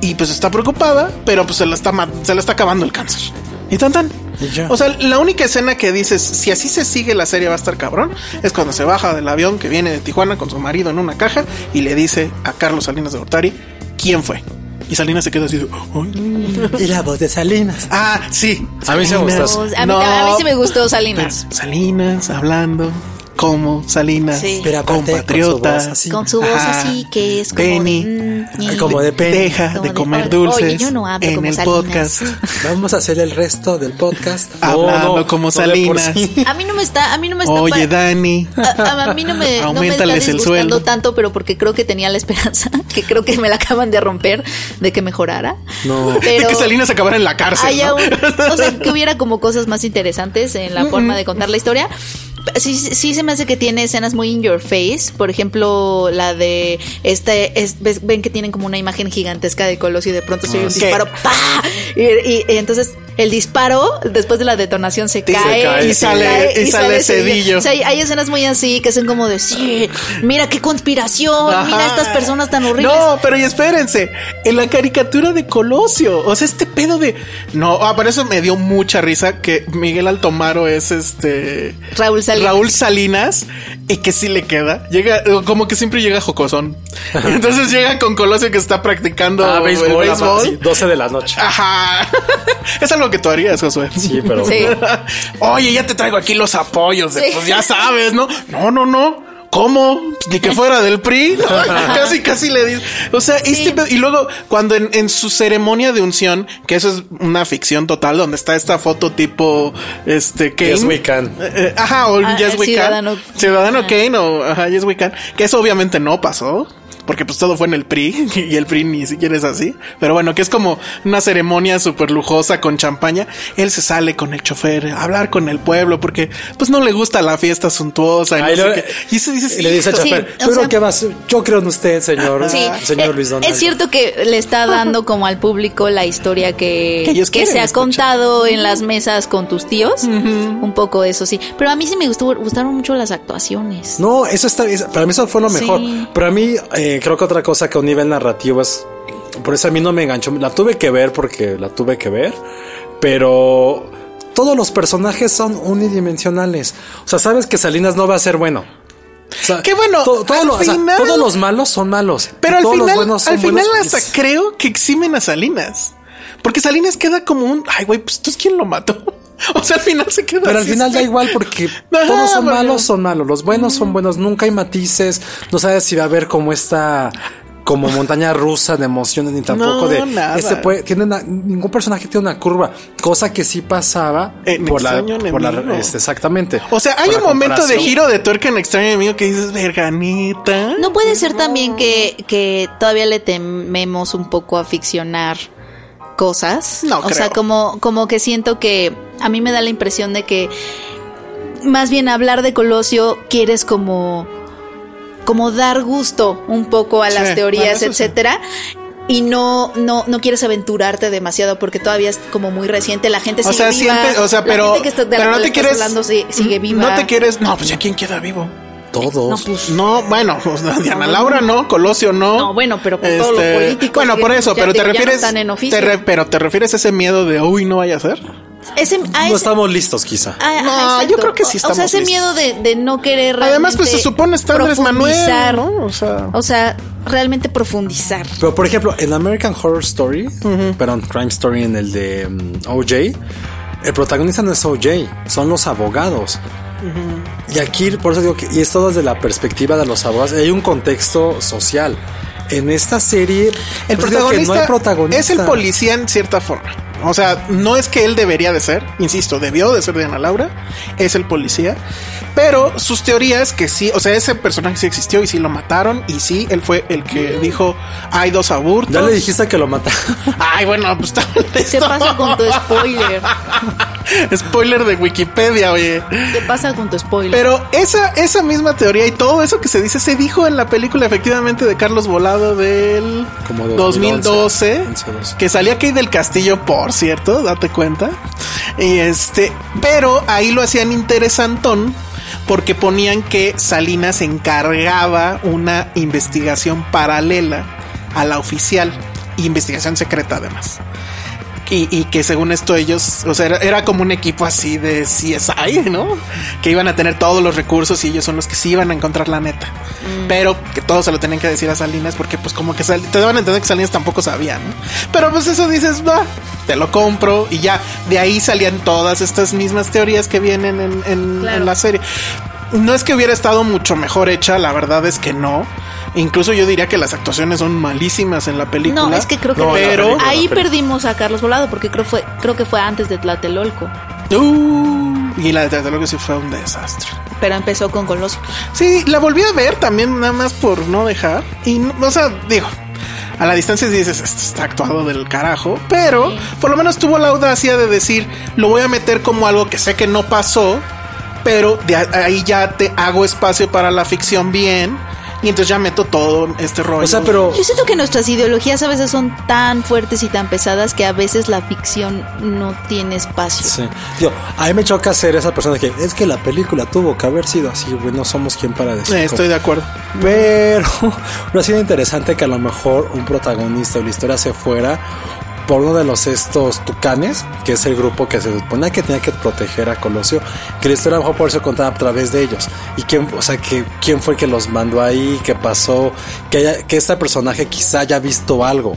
Speaker 4: y pues está preocupada, pero pues se la está, ma- se la está acabando el cáncer. Y tan tan.
Speaker 6: Y ya.
Speaker 4: O sea, la única escena que dices, si así se sigue la serie va a estar cabrón, es cuando se baja del avión que viene de Tijuana con su marido en una caja y le dice a Carlos Salinas de Gortari quién fue. Y Salinas se queda así de, "Ay".
Speaker 6: Y la voz de Salinas.
Speaker 4: ah, sí.
Speaker 6: A mí sí me
Speaker 4: Salinas.
Speaker 6: gustó.
Speaker 5: Mm. A mí,
Speaker 4: No,
Speaker 5: a mí sí me gustó Salinas.
Speaker 4: pero Salinas hablando como Salinas,
Speaker 5: Sí.
Speaker 6: Pero aparte
Speaker 4: compatriota,
Speaker 6: con su voz así.
Speaker 5: Con su voz
Speaker 4: Ajá.
Speaker 5: así que es como
Speaker 4: Penny.
Speaker 5: de, mm,
Speaker 6: Ay, como
Speaker 5: y-
Speaker 6: de Penny.
Speaker 4: Deja
Speaker 5: Como
Speaker 4: de
Speaker 5: de,
Speaker 4: comer
Speaker 5: "Oye,
Speaker 4: dulces
Speaker 5: yo no hablo
Speaker 4: en
Speaker 5: como
Speaker 4: el
Speaker 5: Salinas".
Speaker 4: podcast.
Speaker 6: Vamos a hacer el resto del podcast.
Speaker 4: Hablando como
Speaker 6: de por
Speaker 4: Salinas.
Speaker 6: sí.
Speaker 5: A mí no me está, a mí no me está
Speaker 4: Oye,
Speaker 5: pa-
Speaker 4: Dani.
Speaker 5: A, a- a mí no me, no me está
Speaker 4: Aumentales el
Speaker 5: disgustando
Speaker 4: sueldo.
Speaker 5: tanto, pero porque creo que tenía la esperanza, que creo que me la acaban de romper, de que mejorara.
Speaker 6: No.
Speaker 5: pero
Speaker 4: de que Salinas acabara en la cárcel.
Speaker 5: haya
Speaker 4: ¿no? Mm,
Speaker 5: un- o sea, que hubiera como cosas más interesantes en la forma de contar la historia. sí, sí, sí se me hace que tiene escenas muy in your face. Por ejemplo, la de este, es- ves- ven que tienen como una imagen gigantesca de Colosio y de pronto se oye un
Speaker 4: Sí.
Speaker 5: disparo, ¡pa! Y, y- y entonces el disparo, después de la detonación, se
Speaker 4: Se
Speaker 5: cae,
Speaker 4: cae,
Speaker 5: se
Speaker 4: y sale-
Speaker 5: cae,
Speaker 4: y sale Cedillo.
Speaker 5: O sea, hay, hay escenas muy así que son como de sí, mira qué conspiración, mira
Speaker 4: Ajá.
Speaker 5: estas personas tan horribles.
Speaker 4: No, pero y espérense, en la caricatura de Colosio, o sea, este pedo de... No, ah, por eso me dio mucha risa que Miguel Altomaro es este...
Speaker 5: Raúl Salinas.
Speaker 4: Raúl Salinas, y que sí le queda. Llega, eh, como que siempre llega jocosón. Entonces llega con Colosio que está practicando
Speaker 3: Ah, béisbol.
Speaker 4: el
Speaker 3: la ma- sí, 12 de la noche.
Speaker 4: Ajá. Es algo que tú harías, Josué.
Speaker 3: Sí, pero.
Speaker 5: Sí.
Speaker 4: Oye, ya te traigo aquí los apoyos. de-
Speaker 5: Sí.
Speaker 4: Pues ya sabes, ¿no? No, no, no. ¿Cómo? Pues Ni que fuera del PRI. casi, casi le dice. O sea, este pedo- Y luego, cuando en, en su ceremonia de unción, que eso es una ficción total, donde está esta foto tipo este que
Speaker 3: Yes, we can.
Speaker 4: ajá, o un
Speaker 5: Ah,
Speaker 4: Yes
Speaker 5: el
Speaker 4: We Can.
Speaker 5: Ciudadano-
Speaker 4: Ciudadano
Speaker 5: Ah.
Speaker 4: Kane o ajá, Yes We Can. Que eso obviamente no pasó. Porque pues todo fue en el PRI y el PRI ni siquiera es así. Pero bueno, que es como una ceremonia súper lujosa con champaña. Él se sale con el chofer a hablar con el pueblo porque pues no le gusta la fiesta suntuosa. Y,
Speaker 3: Ahí
Speaker 4: no sé
Speaker 3: lo-
Speaker 4: qué. y eso dices,
Speaker 3: y le dice al
Speaker 4: "Hijo".
Speaker 5: Sí,
Speaker 3: chofer,
Speaker 5: o
Speaker 3: pero
Speaker 5: sea-
Speaker 3: qué más, yo creo en usted, señor,
Speaker 5: Sí,
Speaker 3: señor
Speaker 5: eh,
Speaker 3: Luis Donaldo.
Speaker 5: Es cierto que le está dando como al público la historia que,
Speaker 4: Que ellos
Speaker 5: que
Speaker 4: quieren
Speaker 5: se ha
Speaker 4: escuchar.
Speaker 5: contado en las mesas con tus tíos. Un poco eso sí. Pero a mí sí me gustó, gustaron mucho las actuaciones.
Speaker 3: Pues No, eso está, es- para mí eso fue lo
Speaker 5: Sí.
Speaker 3: mejor. Pero a mí eh, creo que otra cosa que a un nivel narrativo es, por eso a mí no me enganchó, la tuve que ver porque la tuve que ver, pero todos los personajes son unidimensionales. O sea, sabes que Salinas no va a ser bueno. O sea,
Speaker 4: Qué bueno,
Speaker 3: to- todo
Speaker 4: al
Speaker 3: lo- o sea,
Speaker 4: final-
Speaker 3: todos los malos son malos.
Speaker 4: Pero
Speaker 3: y
Speaker 4: al
Speaker 3: todos los
Speaker 4: final,
Speaker 3: buenos son
Speaker 4: al final
Speaker 3: buenos.
Speaker 4: hasta
Speaker 3: Es-
Speaker 4: creo que eximen a Salinas. Porque Salinas queda como un, ay güey, pues tú quién lo mató. O sea, al final se queda
Speaker 3: Pero al
Speaker 4: así,
Speaker 3: final da
Speaker 4: sí.
Speaker 3: igual porque
Speaker 4: Ajá,
Speaker 3: todos son
Speaker 4: porque-
Speaker 3: malos, son malos. Los buenos son buenos. Nunca hay matices. No sabes si va a haber como esta. Como montaña rusa de emociones, ni tampoco
Speaker 4: No,
Speaker 3: de.
Speaker 4: nada.
Speaker 3: Este puede, tiene una- ningún personaje tiene una curva, cosa que sí pasaba
Speaker 4: En
Speaker 3: por
Speaker 4: Eh,
Speaker 3: la.
Speaker 4: Extraño
Speaker 3: por la-
Speaker 4: Enemigo.
Speaker 3: este, exactamente.
Speaker 4: O sea, hay
Speaker 3: Por la
Speaker 4: un momento de
Speaker 3: comparación.
Speaker 4: giro de tuerca en extraño enemigo que dices, verganita.
Speaker 5: No puede ser también que, que todavía le tememos un poco a ficcionar cosas.
Speaker 4: No
Speaker 5: o sea,
Speaker 4: creo.
Speaker 5: como, como que siento que a mí me da la impresión de que más bien hablar de Colosio quieres como como dar gusto un poco a las
Speaker 4: Sí, bueno,
Speaker 5: teorías,
Speaker 4: eso sí.
Speaker 5: etcétera. Y no, no, no quieres aventurarte demasiado porque todavía es como muy reciente. La gente
Speaker 4: O sea,
Speaker 5: sigue viva.
Speaker 4: siempre, o sea,
Speaker 5: la
Speaker 4: pero,
Speaker 5: gente que está- de la
Speaker 4: pero no
Speaker 5: cual
Speaker 4: te
Speaker 5: estás
Speaker 4: quieres.
Speaker 5: hablando sí- sigue viva.
Speaker 4: No te quieres. No, pues ya quién queda vivo.
Speaker 5: No,
Speaker 3: Todos.
Speaker 5: pues,
Speaker 4: No, bueno, pues, Diana Laura no, Colosio no. Este,
Speaker 5: No, bueno, pero pues, todos los políticos
Speaker 4: Bueno, por
Speaker 5: siguen-
Speaker 4: eso,
Speaker 5: ya
Speaker 4: pero
Speaker 5: te
Speaker 4: te
Speaker 5: digo, ya no
Speaker 4: refieres.
Speaker 5: están en oficio.
Speaker 4: te re- pero te refieres a ese miedo de, uy, no vaya a ser.
Speaker 5: ese- a
Speaker 3: no
Speaker 5: ese-
Speaker 3: estamos listos, quizá.
Speaker 5: Ah,
Speaker 4: No,
Speaker 5: exacto.
Speaker 4: yo creo que sí
Speaker 5: O sea,
Speaker 4: estamos
Speaker 5: ese
Speaker 4: listos.
Speaker 5: miedo de, de no querer
Speaker 4: Además, pues se
Speaker 5: realmente
Speaker 4: supone está Andrés Manuel.
Speaker 5: profundizar.
Speaker 4: ¿no? O sea.
Speaker 5: O sea, realmente profundizar.
Speaker 3: Pero por ejemplo, en American Horror Story, perdón, Crime Story en el de mm, OJ, el protagonista no es OJ, son los abogados. Y aquí, por eso digo que, y es todo desde la perspectiva de los abogados, hay un contexto social. En esta serie,
Speaker 4: El
Speaker 3: por eso Pues digo
Speaker 4: protagonista,
Speaker 3: que no hay protagonista.
Speaker 4: es el policía en cierta forma. O sea, no es que él debería de ser, insisto, debió de ser Diana Laura, es el policía, pero sus teorías que sí, o sea, ese personaje sí existió y sí lo mataron y sí, él fue el que
Speaker 5: Mm.
Speaker 4: dijo, hay dos abortos.
Speaker 3: Ya le dijiste que lo mata.
Speaker 4: Ay, bueno, pues está
Speaker 5: ¿Qué pasa con tu spoiler?
Speaker 4: Spoiler de Wikipedia, oye.
Speaker 5: ¿Qué pasa con tu spoiler?
Speaker 4: Pero esa, esa misma teoría y todo eso que se dice se dijo en la película efectivamente de Carlos Volado del
Speaker 3: Como
Speaker 4: 2012,
Speaker 3: 11, 12.
Speaker 4: que salía Kate del Castillo, por cierto, date cuenta. Y este, pero ahí lo hacían interesantón porque ponían que Salinas encargaba una investigación paralela a la oficial, investigación secreta además. Y, y que según esto ellos, o sea, era, era como un equipo así de CSI, ¿no? Que iban a tener todos los recursos y ellos son los que sí iban a encontrar la neta.
Speaker 5: Mm.
Speaker 4: Pero que todos se lo tenían que decir a Salinas porque pues como que Sal- te daban a entender que Salinas tampoco sabía, ¿no? Pero pues eso dices, va, te lo compro y ya de ahí salían todas estas mismas teorías que vienen en, en-
Speaker 5: Claro.
Speaker 4: en la serie. No es que hubiera estado mucho mejor hecha, la verdad es que no. Incluso yo diría que las actuaciones son malísimas en la película.
Speaker 5: no, es que creo que
Speaker 3: No, la
Speaker 4: pero
Speaker 3: película.
Speaker 5: ahí
Speaker 3: la película.
Speaker 5: perdimos a Carlos Volado porque creo fue creo que fue antes de Tlatelolco,
Speaker 4: Uh, y la de Tlatelolco sí fue un desastre.
Speaker 5: pero empezó con Colosio.
Speaker 4: Sí, la volví a ver también nada más por no dejar. Y, no- o sea, digo, a la distancia sí dices, esto está actuado del carajo. Pero por lo menos tuvo la audacia de decir, lo voy a meter como algo que sé que no pasó. pero de a- ahí ya te hago espacio para la ficción bien y entonces ya meto todo este rollo.
Speaker 3: O sea, pero
Speaker 5: Yo siento que nuestras ideologías a veces son tan fuertes y tan pesadas que a veces la ficción no tiene espacio.
Speaker 3: Sí. Digo, a mí me choca ser esa persona que es que la película tuvo que haber sido así, güey. No somos quien para decir.
Speaker 4: Eh, estoy de acuerdo.
Speaker 3: Pero hubiera sido interesante que a lo mejor un protagonista o la historia se fuera por uno de los estos tucanes, que es el grupo que se suponía que tenía que proteger a Colosio, que la historia a lo mejor se contaba a través de ellos. Y quién, o sea, que quién fue que los mandó ahí, qué pasó, que haya- que este personaje quizá haya visto algo.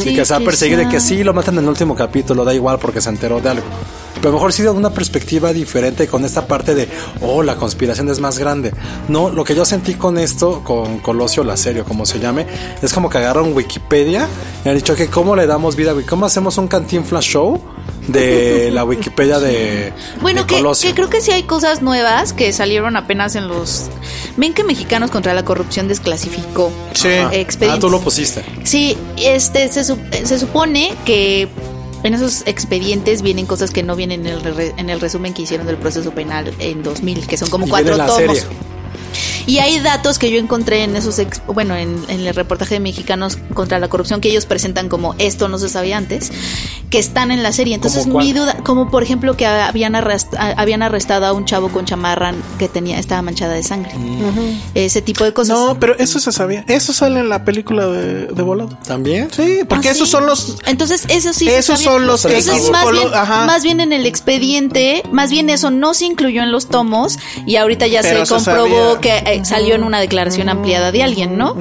Speaker 5: Sí,
Speaker 3: Y que se ha
Speaker 5: quizá.
Speaker 3: perseguido de que sí lo matan en el último capítulo, da igual porque se enteró de algo. Pero a lo mejor sí de una perspectiva diferente con esta parte de, oh, la conspiración es más grande. No, lo que yo sentí con esto, con Colosio la serie, o como se llame, es como que agarraron Wikipedia y han dicho que cómo le damos vida, a Wiki- cómo hacemos un cantinflas show de la Wikipedia de,
Speaker 5: Bueno,
Speaker 3: de
Speaker 5: que,
Speaker 3: Colosio.
Speaker 5: que creo que sí hay cosas nuevas que salieron apenas en los... Ven que Mexicanos contra la Corrupción desclasificó
Speaker 4: Sí.
Speaker 5: eh,
Speaker 3: Ah, ah,
Speaker 5: expedientes.
Speaker 3: tú lo pusiste.
Speaker 5: Sí, este se, sup- se supone que en esos expedientes vienen cosas que no vienen en el, re- en el resumen que hicieron del proceso penal en 2000, que son como
Speaker 3: Y
Speaker 5: cuatro
Speaker 3: viene la
Speaker 5: tomos.
Speaker 3: serie.
Speaker 5: Y hay datos que yo encontré en esos, ex- bueno, en, en el reportaje de Mexicanos contra la corrupción que ellos presentan como esto no se sabía antes, que están en la serie. Entonces
Speaker 3: ¿Cómo cuál?
Speaker 5: mi duda, como por ejemplo que habían, arrest- a- habían arrestado a un chavo con chamarra que tenía estaba manchada de sangre,
Speaker 3: Mm.
Speaker 5: ese tipo de cosas.
Speaker 4: No, pero eso se sabía. Eso sale en la película de, de Volado.
Speaker 3: ¿También?
Speaker 4: Sí, porque
Speaker 5: Ah,
Speaker 4: esos
Speaker 5: sí.
Speaker 4: son los.
Speaker 5: Entonces, eso sí. se
Speaker 4: Esos
Speaker 5: sabía.
Speaker 4: son los
Speaker 5: Entonces,
Speaker 4: X,
Speaker 5: más,
Speaker 4: colo-
Speaker 5: bien,
Speaker 4: ajá.
Speaker 5: más bien en el expediente, más bien eso no se incluyó en los tomos y ahorita ya
Speaker 4: Pero
Speaker 5: se
Speaker 4: se
Speaker 5: comprobó
Speaker 4: sabía.
Speaker 5: que eh, salió en una declaración ampliada de alguien, ¿no?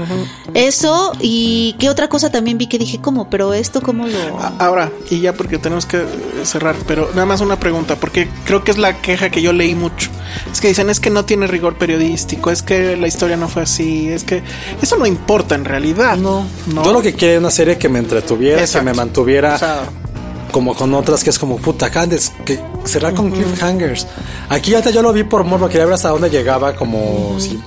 Speaker 5: Eso y qué otra cosa también vi que dije, ¿cómo? Pero esto, ¿cómo lo...?
Speaker 4: A- Ahora, y ya porque tenemos que eh, cerrar, pero nada más una pregunta, porque creo que es la queja que yo leí mucho. Es que dicen, es que no tiene rigor periodístico, es que la historia no fue así, es que eso no importa en realidad. No, no.
Speaker 3: Yo lo que quería era una serie que me entretuviera,
Speaker 4: Exacto.
Speaker 3: que me mantuviera
Speaker 4: O sea,
Speaker 3: como con otras que es como puta Candes, que cerrar con cliffhangers. Aquí ahorita yo lo vi por morbo, quería ver hasta dónde llegaba como si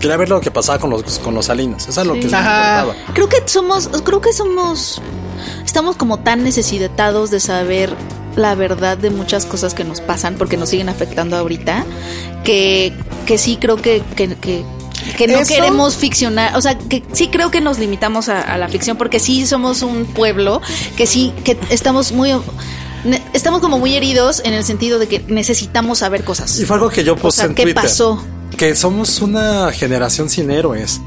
Speaker 3: quería ver lo que pasaba con los con los salinas. Eso es lo que me
Speaker 4: Ajá.
Speaker 3: importaba.
Speaker 5: Creo que somos, creo que somos, estamos como tan necesitados de saber la verdad de muchas cosas que nos pasan porque nos siguen afectando ahorita, que, que sí creo que, que, que- que no
Speaker 4: Eso-
Speaker 5: queremos ficcionar, o sea, que sí creo que nos limitamos a, a la ficción porque sí somos un pueblo, que sí, que estamos muy... ne- Estamos como muy heridos en el sentido de que necesitamos saber cosas.
Speaker 3: Y fue algo que yo puse
Speaker 5: sea,
Speaker 3: en
Speaker 5: ¿qué
Speaker 3: Twitter.
Speaker 5: pasó?
Speaker 3: Que somos una generación sin héroes.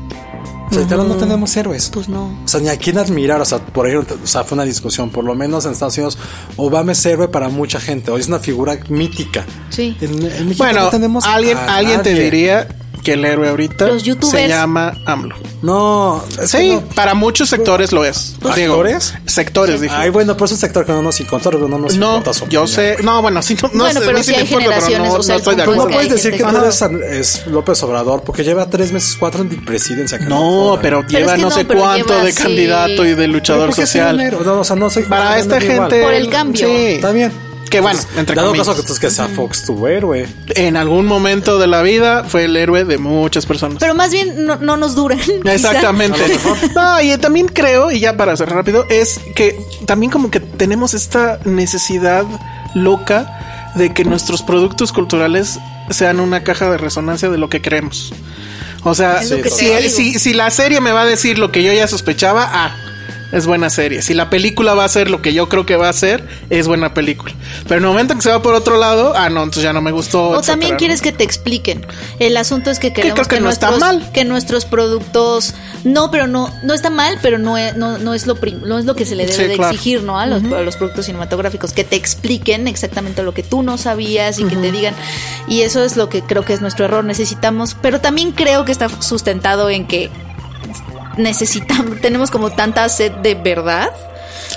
Speaker 3: O sea, literal, no tenemos héroes.
Speaker 5: Pues no.
Speaker 3: O sea, ni a quién admirar, o sea, por ahí, o sea, fue una discusión, por lo menos en Estados Unidos, Obama es héroe para mucha gente, hoy es una figura mítica.
Speaker 5: Sí.
Speaker 3: En, en México
Speaker 4: bueno,
Speaker 3: no tenemos
Speaker 4: alguien,
Speaker 3: a
Speaker 4: alguien te
Speaker 3: nadie.
Speaker 4: diría que el héroe ahorita
Speaker 5: Los
Speaker 4: se
Speaker 5: youtubers.
Speaker 4: llama AMLO.
Speaker 3: No, es que
Speaker 4: Sí,
Speaker 3: no. Pues,
Speaker 4: para muchos sectores lo es. Digo,
Speaker 3: ¿Actores?
Speaker 4: Sectores, dije.
Speaker 3: Ay, bueno, pero es un sector que no nos importa, no nos
Speaker 4: no,
Speaker 3: importa su
Speaker 4: yo
Speaker 3: opinión.
Speaker 4: sé. No, bueno, sí, no, no
Speaker 5: Bueno,
Speaker 4: sé,
Speaker 5: pero
Speaker 4: no sé
Speaker 5: sí
Speaker 4: si me
Speaker 5: hay
Speaker 4: importa, pero
Speaker 5: generaciones,
Speaker 4: no,
Speaker 5: o sea,
Speaker 4: no
Speaker 5: el
Speaker 4: estoy de
Speaker 5: punto
Speaker 4: acuerdo.
Speaker 3: No
Speaker 5: Porque
Speaker 3: puedes
Speaker 5: hay
Speaker 3: decir que
Speaker 5: gente
Speaker 3: tú
Speaker 5: que-
Speaker 3: eres San- es López Obrador porque lleva tres meses, cuatro en presidencia. que
Speaker 4: No,
Speaker 3: jodan.
Speaker 4: pero
Speaker 5: Pero es
Speaker 4: lleva
Speaker 5: que
Speaker 4: no,
Speaker 5: no,
Speaker 4: sé
Speaker 5: pero
Speaker 4: cuánto
Speaker 5: lleva,
Speaker 4: de
Speaker 5: sí.
Speaker 4: candidato y de
Speaker 3: Pero
Speaker 4: luchero
Speaker 3: ¿por qué soy un
Speaker 4: social.
Speaker 3: héroe? No, o sea, no soy
Speaker 4: Para esta
Speaker 3: no me da igual.
Speaker 4: gente.
Speaker 5: Por el cambio.
Speaker 4: Sí.
Speaker 3: Está bien.
Speaker 4: Que bueno,
Speaker 3: Entonces,
Speaker 4: entre
Speaker 3: dado
Speaker 4: comillas.
Speaker 3: caso que, entonces, que sea Fox tu héroe.
Speaker 4: En algún momento de la vida fue el héroe de muchas personas.
Speaker 5: Pero más bien no, no nos duran. quizá.
Speaker 4: Exactamente. No, y también creo, y ya para cerrar rápido, es que también como que tenemos esta necesidad loca de que nuestros productos culturales sean una caja de resonancia de lo que creemos. O sea,
Speaker 5: Es lo que
Speaker 4: si,
Speaker 5: te
Speaker 4: el-
Speaker 5: digo.
Speaker 4: si, si la serie me va a decir lo que yo ya sospechaba, ah, es buena serie. Si la película va a ser lo que yo creo que va a ser, es buena película. Pero en el momento que se va por otro lado, ah, no, entonces ya no me gustó.
Speaker 5: O
Speaker 4: etcétera,
Speaker 5: también
Speaker 4: ¿no?
Speaker 5: quieres que te expliquen. El asunto es que
Speaker 4: creo
Speaker 5: queremos
Speaker 4: que no está
Speaker 5: nuestros,
Speaker 4: mal.
Speaker 5: que nuestros productos no, pero no no está mal, pero no es, no, no es lo prim- no es lo que se le debe
Speaker 4: Sí,
Speaker 5: de
Speaker 4: claro.
Speaker 5: exigir, ¿no? A los, a los productos cinematográficos que te expliquen exactamente lo que tú no sabías y que te digan y eso es lo que creo que es nuestro error. Necesitamos, pero también creo que está sustentado en que necesitamos, tenemos como tanta sed de verdad.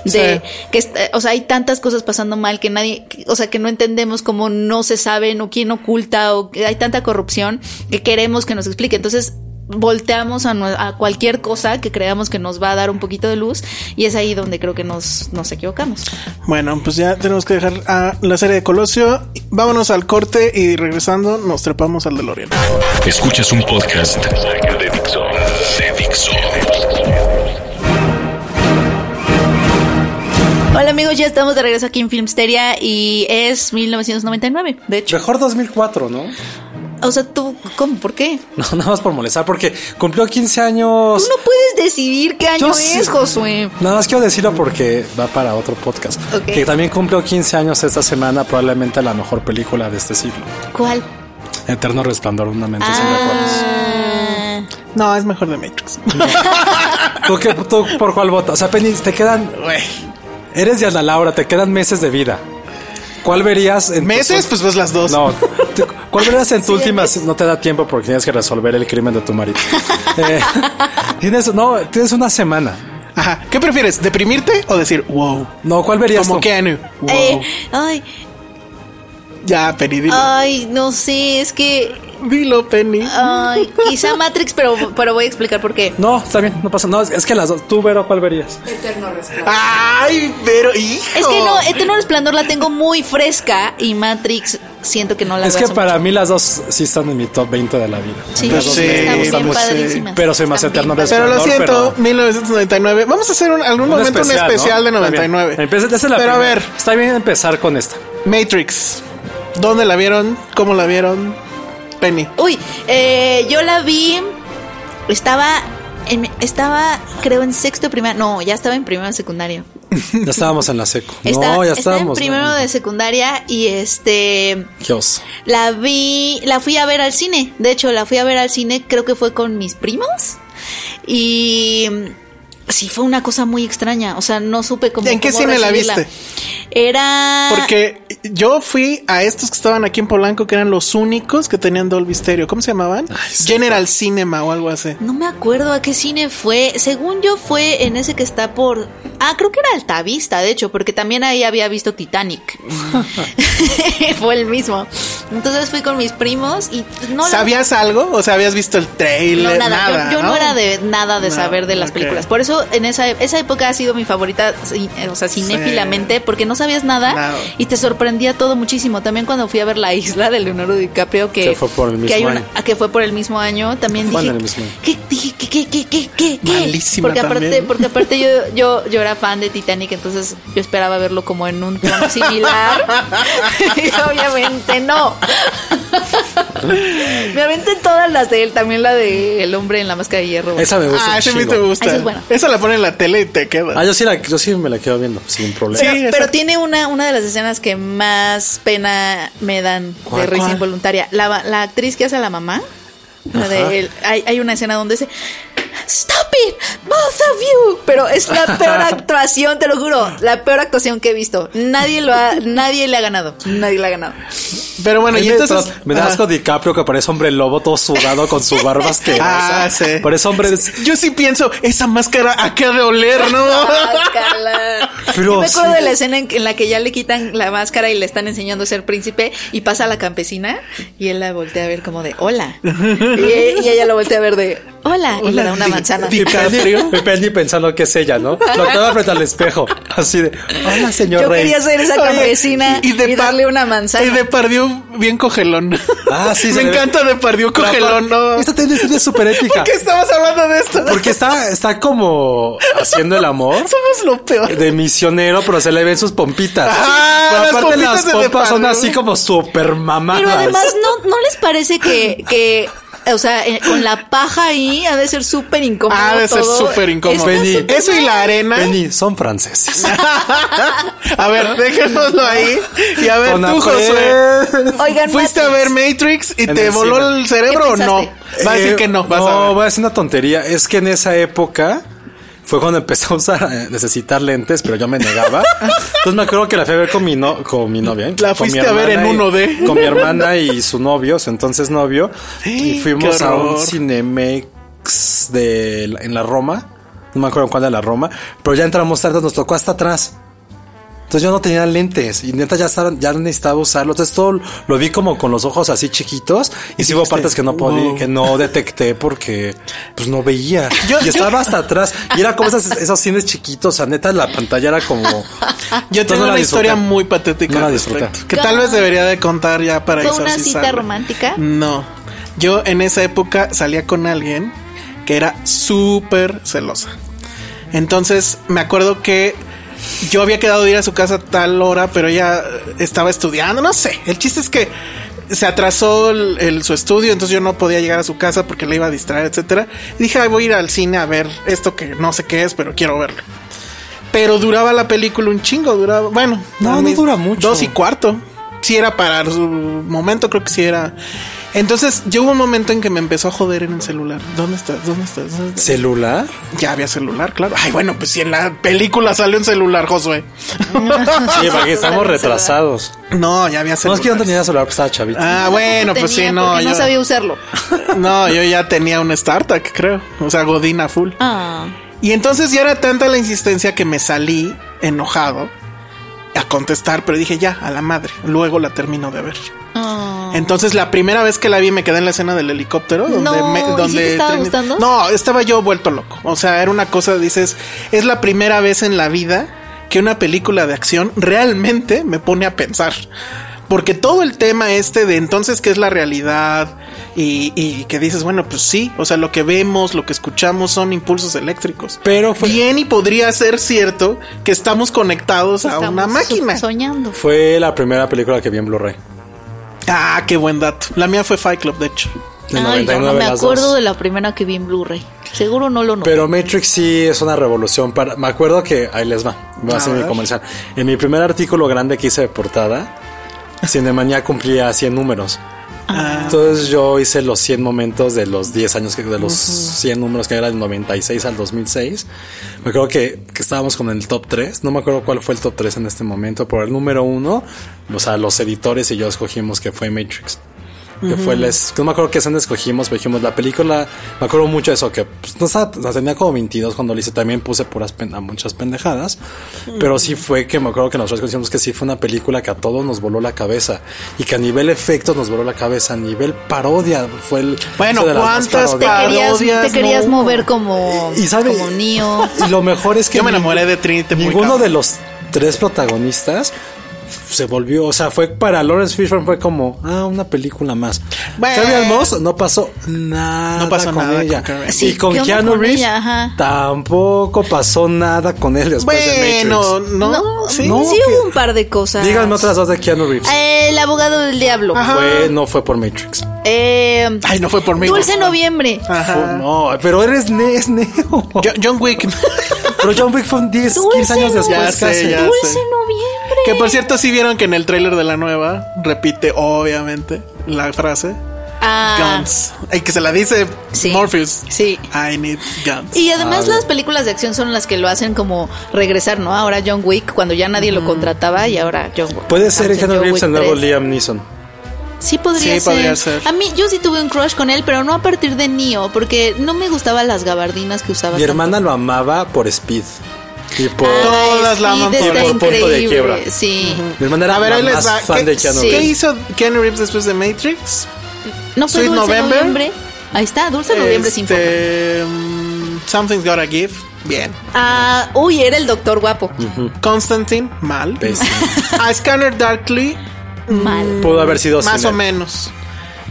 Speaker 5: De que, est- eh, o sea, hay tantas cosas pasando mal que nadie, que- o sea, que no entendemos cómo no se saben o quién oculta o que hay tanta corrupción que queremos que nos explique. Entonces, volteamos a, nue- a cualquier cosa que creamos que nos va a dar un poquito de luz y es ahí donde creo que nos, nos equivocamos.
Speaker 4: Bueno, pues ya tenemos que dejar a la serie de Colosio. Vámonos al corte y regresando nos trepamos al DeLorean.
Speaker 2: Escuchas un podcast de Dixo. De Dixo.
Speaker 5: Hola amigos, ya estamos de regreso aquí en Filmsteria y es 1999, de hecho.
Speaker 3: Mejor 2004, ¿no?
Speaker 5: O sea, tú, ¿cómo? ¿Por qué?
Speaker 3: No, nada más por molestar, porque cumplió 15 años.
Speaker 5: Tú no puedes decidir qué año
Speaker 3: Yo
Speaker 5: es,
Speaker 3: sí.
Speaker 5: Josué.
Speaker 3: Nada más quiero decirlo porque va para otro podcast.
Speaker 5: Ok.
Speaker 3: Que también cumplió 15 años esta semana, probablemente la mejor película de este siglo.
Speaker 5: ¿Cuál?
Speaker 3: Eterno Resplandor, de una mente sin recuerdos.
Speaker 5: Ah,
Speaker 4: No, es mejor de Matrix.
Speaker 3: ¿Tú, qué- tú por cuál votas? O sea, Penny, te quedan... Eres de Ana Laura, te quedan meses de vida. ¿Cuál verías en tu-
Speaker 4: ¿Meses? Pues ves las dos.
Speaker 3: No, te- ¿cuál verías en tu
Speaker 5: Sí,
Speaker 3: última?
Speaker 5: es-
Speaker 3: No te da tiempo porque tienes que resolver el crimen de tu marido. Eh, tienes, no, tienes una semana.
Speaker 4: Ajá. ¿Qué prefieres? ¿Deprimirte o decir wow?
Speaker 3: No, ¿cuál verías
Speaker 4: Como
Speaker 3: tú?
Speaker 4: Keanu. Wow.
Speaker 5: eh, ah, ay,
Speaker 4: ya, Penny, dilo.
Speaker 5: ay, no sé, es que
Speaker 4: dilo, Penny.
Speaker 5: ay, quizá Matrix, pero, pero voy a explicar por qué.
Speaker 3: No, está bien, no pasa. No, es- es que las dos. Tú, Vero, ¿cuál verías?
Speaker 4: Ay, pero hijo.
Speaker 5: Es que no, Eterno Resplandor la tengo muy fresca y Matrix siento que no la
Speaker 3: es
Speaker 5: veo
Speaker 3: que
Speaker 5: hace
Speaker 3: para Pues
Speaker 5: mucho.
Speaker 3: mí las dos sí están en mi top 20 de la vida.
Speaker 5: Sí,
Speaker 4: Yo sé,
Speaker 5: están bien
Speaker 4: está muy-
Speaker 5: padrísimas.
Speaker 3: pues pero soy más
Speaker 5: Están bien
Speaker 3: Eterno
Speaker 5: padres.
Speaker 4: Pero lo
Speaker 3: Resplandor,
Speaker 4: siento,
Speaker 3: pero-
Speaker 4: 1999. Vamos a hacer en algún
Speaker 3: Un
Speaker 4: momento un
Speaker 3: ¿no?
Speaker 4: especial de
Speaker 3: Está bien.
Speaker 4: 99.
Speaker 3: Empieza- esa es la
Speaker 4: pero a
Speaker 3: primera.
Speaker 4: ver,
Speaker 3: Está bien empezar con esta.
Speaker 4: Matrix. ¿Dónde la vieron? ¿Cómo la vieron? Penny.
Speaker 5: Uy, eh, yo la vi. Estaba. en- estaba, creo, en sexto de primaria. No, ya estaba en primero de secundaria.
Speaker 3: Ya estábamos en la seco.
Speaker 5: Estaba-
Speaker 3: no, ya
Speaker 5: estaba
Speaker 3: estábamos.
Speaker 5: en primero de secundaria y este.
Speaker 3: Qué oso.
Speaker 5: La vi, la fui a ver al cine. De hecho, la fui a ver al cine, creo que fue con mis primos. Y mm, sí, fue una cosa muy extraña. O sea, no supe cómo.
Speaker 4: ¿En qué
Speaker 5: cómo
Speaker 4: cine la
Speaker 5: recibirla.
Speaker 4: viste?
Speaker 5: Era.
Speaker 4: Porque yo fui a estos que estaban aquí en Polanco, que eran los únicos que tenían Dolby Stereo. ¿Cómo se llamaban? General Cinema o algo así.
Speaker 5: No me acuerdo a qué cine fue. Según yo, fue en ese que está por. Ah, creo que era Altavista, de hecho, porque también ahí había visto Titanic. fue el mismo. Entonces fui con mis primos y no la-
Speaker 4: ¿Sabías algo? O sea, habías visto el
Speaker 5: No,
Speaker 4: trailer,
Speaker 5: nada.
Speaker 4: nada.
Speaker 5: yo yo no,
Speaker 4: ¿no?
Speaker 5: era de nada de
Speaker 4: No,
Speaker 5: saber de las
Speaker 4: ok.
Speaker 5: películas. Por eso en esa, esa época ha sido mi favorita, sí, eh, o sea, cinéfilamente, porque no sabías nada
Speaker 4: Nada.
Speaker 5: y te sorprendía todo muchísimo. También cuando fui a ver La Isla de Leonardo DiCaprio, que,
Speaker 3: Que fue por el
Speaker 5: que,
Speaker 3: mismo año.
Speaker 5: ah, que fue por el mismo año, también
Speaker 3: Fue en
Speaker 5: dije,
Speaker 3: el mismo año.
Speaker 5: ¿qué, dije, ¿qué, qué, qué, qué, qué, qué?
Speaker 4: Malísima
Speaker 5: porque aparte,
Speaker 4: también.
Speaker 5: porque aparte yo, yo, yo era fan de Titanic, entonces yo esperaba verlo como en un plano similar. Y obviamente no. Me aventé todas las de él, también la de El hombre en la máscara de hierro.
Speaker 3: Esa me gusta.
Speaker 4: Ah,
Speaker 3: un
Speaker 4: esa a mí
Speaker 3: chingo.
Speaker 4: te gusta.
Speaker 5: Esa es buena.
Speaker 4: Esa la ponen en la tele y te queda.
Speaker 3: Ah, yo sí, la, yo sí me la quedo viendo, sin problema.
Speaker 4: Sí.
Speaker 5: pero,
Speaker 4: exacto.
Speaker 5: pero tiene una, una de las escenas que más pena me dan de
Speaker 3: ¿Cuál?
Speaker 5: risa
Speaker 3: ¿Cuál?
Speaker 5: involuntaria. La, la actriz que hace a la mamá. la de
Speaker 3: Ajá.
Speaker 5: él- hay, hay una escena donde dice Stop it, both of you. Pero es la peor actuación, te lo juro, la peor actuación que he visto. Nadie lo ha, nadie le ha ganado, nadie le ha ganado.
Speaker 4: Pero bueno, y
Speaker 3: me,
Speaker 4: entonces. ah,
Speaker 3: tra- me da
Speaker 4: Ajá.
Speaker 3: asco DiCaprio que parece hombre lobo todo sudado con su barba asquerosa.
Speaker 4: Ah, sí.
Speaker 3: Parece hombre...
Speaker 4: Yo sí pienso, esa máscara a qué ha de oler, ¿no?
Speaker 5: Guácala.
Speaker 3: Pero
Speaker 5: Yo me acuerdo
Speaker 3: sí.
Speaker 5: de la escena en, en la que ya le quitan la máscara y le están enseñando a ser príncipe y pasa a la campesina y él la voltea a ver como de hola. Y, e- y ella lo voltea a ver de hola, y le da una manzana.
Speaker 3: Y Penny, y Penny pensando que es ella, ¿no? Lo estaba frente al espejo. Así de... Hola, señor
Speaker 5: Yo
Speaker 3: rey.
Speaker 5: quería ser esa
Speaker 4: Oye,
Speaker 5: campesina y,
Speaker 4: de
Speaker 5: darle
Speaker 4: par-
Speaker 5: una manzana.
Speaker 4: Y de Pardieu bien cogelón.
Speaker 3: Ah, sí,
Speaker 4: Me
Speaker 3: se le ve.
Speaker 4: encanta de Pardieu cogelón, ¿no?
Speaker 3: Esta tiene es súper épica.
Speaker 4: ¿Por qué estamos hablando de esto?
Speaker 3: Porque está, está como haciendo el amor
Speaker 4: somos lo peor.
Speaker 3: de misionero, pero se le ven sus pompitas.
Speaker 4: Ah,
Speaker 3: Pero
Speaker 4: las
Speaker 3: aparte
Speaker 4: pompitas
Speaker 3: las
Speaker 4: de
Speaker 3: pompas son
Speaker 4: Depardieu.
Speaker 3: así como súper mamadas.
Speaker 5: Pero además, ¿no, ¿no les parece que, que o sea, eh, con la paja ahí ha de ser súper incómodo?
Speaker 4: Ah, de ser
Speaker 5: todo?
Speaker 4: súper incómodo.
Speaker 5: Está
Speaker 3: Penny.
Speaker 5: súper
Speaker 4: Eso y la arena.
Speaker 3: Penny, son franceses.
Speaker 4: A ver, dejémoslo ahí. Y a ver,
Speaker 3: Con
Speaker 4: tú,
Speaker 3: Apre-
Speaker 4: Josué.
Speaker 5: Oigan,
Speaker 4: ¿Fuiste a ver
Speaker 5: Matrix.
Speaker 4: Matrix y
Speaker 3: En
Speaker 4: te
Speaker 3: el
Speaker 4: voló
Speaker 3: cine.
Speaker 4: el cerebro o
Speaker 5: ¿Qué
Speaker 4: no?
Speaker 5: pensaste?
Speaker 4: Va a decir
Speaker 3: Eh,
Speaker 4: que no. Vas
Speaker 3: no,
Speaker 4: a ver.
Speaker 3: voy a decir una tontería. Es que en esa época fue cuando empecé a usar, a necesitar lentes, pero yo me negaba. Entonces me acuerdo que la fui a ver con mi, no, con mi novia. ¿eh?
Speaker 4: La
Speaker 3: Con mi
Speaker 4: fuiste a ver
Speaker 3: hermana
Speaker 4: en
Speaker 3: y-
Speaker 4: uno de-
Speaker 3: Con mi hermana y su novio, su entonces novio.
Speaker 4: ¡Eh,
Speaker 3: Y fuimos
Speaker 4: qué
Speaker 3: a un
Speaker 4: horror!
Speaker 3: Cinemex de, en la Roma. No me acuerdo en cuál de la Roma. Pero ya entramos tarde, nos tocó hasta atrás. Entonces yo no tenía lentes y neta ya, estaban- ya necesitaba usarlo. Entonces todo lo vi como con los ojos así chiquitos y sí hubo partes que no podía, que no detecté porque pues no veía.
Speaker 4: Yo-
Speaker 3: y
Speaker 4: yo-
Speaker 3: estaba hasta atrás y era como esas- esos cines chiquitos. O sea, neta la pantalla era como.
Speaker 4: Yo
Speaker 3: Entonces,
Speaker 4: tengo
Speaker 3: pues, no la
Speaker 4: una historia
Speaker 3: disfruté.
Speaker 4: muy patética
Speaker 3: No la
Speaker 4: al respecto,
Speaker 3: disfruté.
Speaker 4: que tal vez debería de contar ya para
Speaker 5: ¿Fue
Speaker 4: eso
Speaker 5: una
Speaker 4: sí
Speaker 5: cita
Speaker 4: sale.
Speaker 5: romántica?
Speaker 4: No. Yo en esa época salía con alguien que era súper celosa. Entonces me acuerdo que yo había quedado de ir a su casa a tal hora, pero ella estaba estudiando, no sé. El chiste es que se atrasó el, el- su estudio, entonces yo no podía llegar a su casa porque le iba a distraer, etcétera. Y dije, "Ay, voy a ir al cine a ver esto que no sé qué es, pero quiero verlo. Pero duraba la película un chingo, duraba, bueno,
Speaker 3: No,
Speaker 4: a
Speaker 3: no
Speaker 4: mí-
Speaker 3: dura mucho.
Speaker 4: Dos y cuarto. Si era para su momento, creo que si era. Entonces, yo hubo un momento en que me empezó a joder en el celular. ¿Dónde estás? ¿Dónde estás? ¿Dónde estás?
Speaker 3: ¿Celular?
Speaker 4: Ya había celular, claro. Ay, bueno, pues si en la película salió un celular, Josué.
Speaker 3: Sí, porque estamos retrasados.
Speaker 4: No, ya había
Speaker 3: No,
Speaker 4: celular.
Speaker 3: es que yo no tenía celular, pues estaba chavito.
Speaker 4: Ah, bueno, pues sí,
Speaker 5: Tenía
Speaker 4: no.
Speaker 5: porque
Speaker 4: Yo,
Speaker 5: no sabía usarlo.
Speaker 4: no, yo ya tenía un StarTAC, creo. O sea, Godina full.
Speaker 5: Ah.
Speaker 4: Y entonces ya era tanta la insistencia que me salí enojado a contestar, pero dije ya, a la madre. Luego la termino de ver.
Speaker 5: Ah.
Speaker 4: Entonces la primera vez que la vi me quedé en la escena del helicóptero donde
Speaker 5: No,
Speaker 4: me-
Speaker 5: ¿y sí te
Speaker 4: donde
Speaker 5: estaba
Speaker 4: Trini-
Speaker 5: gustando?
Speaker 4: No, estaba yo vuelto loco. O sea, era una cosa dices, es la primera vez en la vida que una película de acción realmente me pone a pensar. Porque todo el tema este de entonces qué es la realidad y, y que dices, bueno, pues sí, o sea, lo que vemos, lo que escuchamos son impulsos eléctricos.
Speaker 3: Pero fue-
Speaker 4: bien y podría ser cierto que estamos conectados a
Speaker 5: Estamos
Speaker 4: una máquina.
Speaker 5: Soñando.
Speaker 3: Fue la primera película que vi en Blu-ray.
Speaker 4: Ah, qué buen dato. La mía fue Fight Club, de hecho.
Speaker 3: Del
Speaker 5: Ay, yo
Speaker 3: 99
Speaker 5: no me
Speaker 3: las
Speaker 5: acuerdo
Speaker 3: dos.
Speaker 5: de la primera que vi en Blu-ray. Seguro no lo noté.
Speaker 3: Pero Matrix sí es una revolución. Para, me acuerdo que ahí les va. Voy a hacer mi
Speaker 4: ver.
Speaker 3: comercial. En mi primer artículo grande que hice de portada, Cinemanía cumplía 100 números. Entonces yo hice los 100 momentos de los 10 años, que, de los 100 números que era del 96 al 2006. Me acuerdo que, que estábamos con el top 3. No me acuerdo cuál fue el top 3 en este momento, pero el número 1, o sea, los editores y yo escogimos que fue Matrix. Que fue les, no me acuerdo qué escena escogimos, pero dijimos la película. Me acuerdo mucho de eso, que pues, no estaba- o sea, tenía como 22 cuando lo hice. También puse puras pen- a muchas pendejadas, pero sí fue que me acuerdo que nosotros conocimos que sí fue una película que a todos nos voló la cabeza y que a nivel efectos nos voló la cabeza, a nivel parodia fue el.
Speaker 4: Bueno,
Speaker 3: fue de las más
Speaker 4: ¿cuántas
Speaker 3: parodias.
Speaker 4: pa-
Speaker 5: querías,
Speaker 4: parodias,
Speaker 5: te querías
Speaker 4: no.
Speaker 5: mover como,
Speaker 3: Y- y sabe-
Speaker 5: como Neo.
Speaker 3: Y lo mejor es que.
Speaker 4: Yo me
Speaker 3: ningún-
Speaker 4: enamoré de Trinity muy
Speaker 3: Ninguno
Speaker 4: cabrón.
Speaker 3: de los tres protagonistas se volvió. O sea, fue para Lawrence Fishburne, fue como, ah, una película más.
Speaker 4: Bueno.
Speaker 3: Fabian Moss no pasó nada.
Speaker 4: No pasó
Speaker 3: con
Speaker 4: nada con
Speaker 3: ella.
Speaker 4: Karen.
Speaker 5: Sí,
Speaker 3: y con
Speaker 5: ¿qué onda
Speaker 3: Keanu
Speaker 5: con
Speaker 3: Reeves
Speaker 5: ella? Ajá.
Speaker 3: tampoco pasó nada con él después de
Speaker 4: Bueno,
Speaker 3: Matrix.
Speaker 4: Pues, no,
Speaker 5: No,
Speaker 4: sí.
Speaker 5: sí, hubo un par de cosas.
Speaker 3: Díganme otras Ah. dos de Keanu Reeves.
Speaker 5: El abogado del diablo.
Speaker 3: Fue, no fue por Matrix.
Speaker 5: Eh,
Speaker 4: Ay, Ah, no fue por mí.
Speaker 5: Dulce
Speaker 4: por-
Speaker 5: noviembre.
Speaker 3: Fue- no, pero eres ne es Neo.
Speaker 4: Jo- John Wick.
Speaker 3: pero John Wick fue un 10, 15 años
Speaker 5: Dulce
Speaker 3: después.
Speaker 4: Ya sé,
Speaker 3: casi.
Speaker 4: ya
Speaker 5: Dulce
Speaker 4: sé.
Speaker 5: noviembre.
Speaker 4: que por cierto, sí vieron que en el tráiler de la nueva repite, obviamente, la frase
Speaker 5: Ah,
Speaker 4: Guns. El que se la dice
Speaker 5: Sí.
Speaker 4: Morpheus.
Speaker 5: Sí.
Speaker 4: I need guns.
Speaker 5: Y además las películas de acción son las que lo hacen como regresar, ¿no? Ahora John Wick, cuando ya nadie lo contrataba y ahora John Wick.
Speaker 3: Puede ser
Speaker 5: Entonces,
Speaker 3: Keanu
Speaker 5: John
Speaker 3: Reeves
Speaker 5: Wick
Speaker 3: el nuevo
Speaker 5: 3.
Speaker 3: Liam Neeson.
Speaker 5: Sí podría,
Speaker 4: Sí,
Speaker 5: ser.
Speaker 4: podría ser.
Speaker 5: A mí, yo sí tuve un crush con él, pero no a partir de Neo, porque no me gustaban las gabardinas que usaba.
Speaker 3: Mi
Speaker 5: tanto.
Speaker 3: hermana lo amaba por Speed. Y por.
Speaker 4: Todas la
Speaker 5: Speed
Speaker 4: aman
Speaker 5: está
Speaker 4: por-
Speaker 3: por punto de
Speaker 5: increíble,
Speaker 3: quiebra.
Speaker 5: Sí.
Speaker 3: Mi hermana era
Speaker 4: A ver,
Speaker 3: la
Speaker 4: ahí les
Speaker 3: más
Speaker 4: va.
Speaker 3: fan
Speaker 4: ¿Qué,
Speaker 3: de Keanu
Speaker 5: sí.
Speaker 4: qué
Speaker 3: Reeves.
Speaker 4: hizo Keanu Reeves después de Matrix?
Speaker 5: No fue
Speaker 4: Sweet
Speaker 5: Dulce
Speaker 4: November.
Speaker 5: Noviembre. Ahí está, Dulce Noviembre sin importa.
Speaker 4: Este, mm, Something's Gotta Give. Bien.
Speaker 5: Ah, uy, era el doctor guapo.
Speaker 4: Constantine. Mal.
Speaker 3: Mm. Pésimo.
Speaker 4: A Scanner Darkly.
Speaker 5: Mal.
Speaker 3: Pudo haber sido
Speaker 4: Más
Speaker 3: sin
Speaker 4: o
Speaker 3: él.
Speaker 4: menos.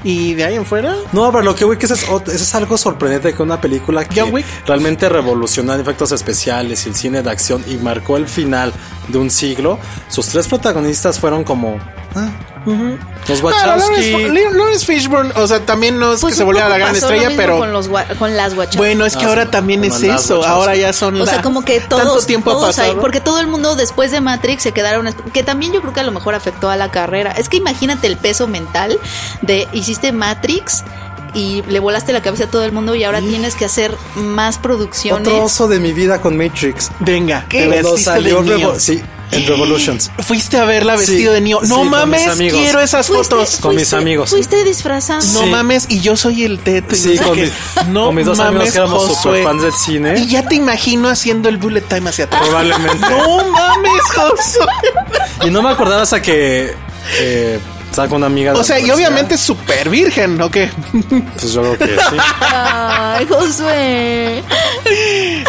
Speaker 4: ¿Y de ahí en fuera?
Speaker 3: No, pero lo que voy que eso es, ot- eso es algo sorprendente que una película que
Speaker 4: John Wick.
Speaker 3: realmente revolucionó en efectos especiales y el cine de acción y marcó el final de un siglo. Sus tres protagonistas fueron como ah, los
Speaker 4: Claro,
Speaker 3: Wachowski.
Speaker 4: Lawrence, Fi- Lawrence Fishburne, o sea, también no es
Speaker 5: Pues
Speaker 4: que se
Speaker 5: un
Speaker 4: volviera
Speaker 5: poco
Speaker 4: la gran
Speaker 5: pasó lo
Speaker 4: estrella,
Speaker 5: mismo
Speaker 4: pero
Speaker 5: Con, los, gua- con las guachas.
Speaker 4: bueno, es que
Speaker 3: Ah,
Speaker 4: ahora
Speaker 3: sí,
Speaker 4: también
Speaker 3: con
Speaker 4: es
Speaker 3: las
Speaker 4: eso.
Speaker 3: Wachowski.
Speaker 4: Ahora ya son
Speaker 5: O sea,
Speaker 4: la-
Speaker 5: como que todos,
Speaker 4: tanto tiempo ha
Speaker 5: todos ahí,
Speaker 4: pasado.
Speaker 5: porque todo el mundo después de Matrix se quedaron, que también yo creo que a lo mejor afectó a la carrera. Es que imagínate el peso mental de hiciste Matrix y le volaste la cabeza a todo el mundo y ahora tienes que hacer más producciones.
Speaker 3: Otro oso de mi vida con Matrix.
Speaker 4: venga, te
Speaker 3: Cuando
Speaker 4: vestiste de
Speaker 3: salió
Speaker 4: Neo.
Speaker 3: Revo- sí, en Revolutions.
Speaker 4: Fuiste a verla vestido
Speaker 3: Sí,
Speaker 4: de Neo.
Speaker 3: sí,
Speaker 4: No
Speaker 3: con mis
Speaker 4: mames,
Speaker 3: amigos.
Speaker 4: quiero esas
Speaker 5: Fuiste-
Speaker 4: fotos.
Speaker 3: con mis
Speaker 5: fuiste-
Speaker 3: amigos.
Speaker 5: Fuiste disfrazado.
Speaker 4: No
Speaker 3: Sí.
Speaker 4: mames, y yo soy el teto. y
Speaker 3: Sí,
Speaker 4: sé
Speaker 3: con,
Speaker 4: qué.
Speaker 3: mis-
Speaker 4: no
Speaker 3: con mis dos amigos
Speaker 4: mames,
Speaker 3: que éramos
Speaker 4: Josué.
Speaker 3: super fans del cine.
Speaker 4: Y ya te imagino haciendo el bullet time hacia atrás.
Speaker 3: Probablemente.
Speaker 4: No mames, Josué.
Speaker 3: Y no me acordaba hasta que eh, Estaba con una amiga. de
Speaker 4: O
Speaker 3: la
Speaker 4: sea, y
Speaker 3: universidad.
Speaker 4: obviamente es súper virgen, ¿o qué?
Speaker 3: Pues yo creo que sí.
Speaker 5: Ay, Josué.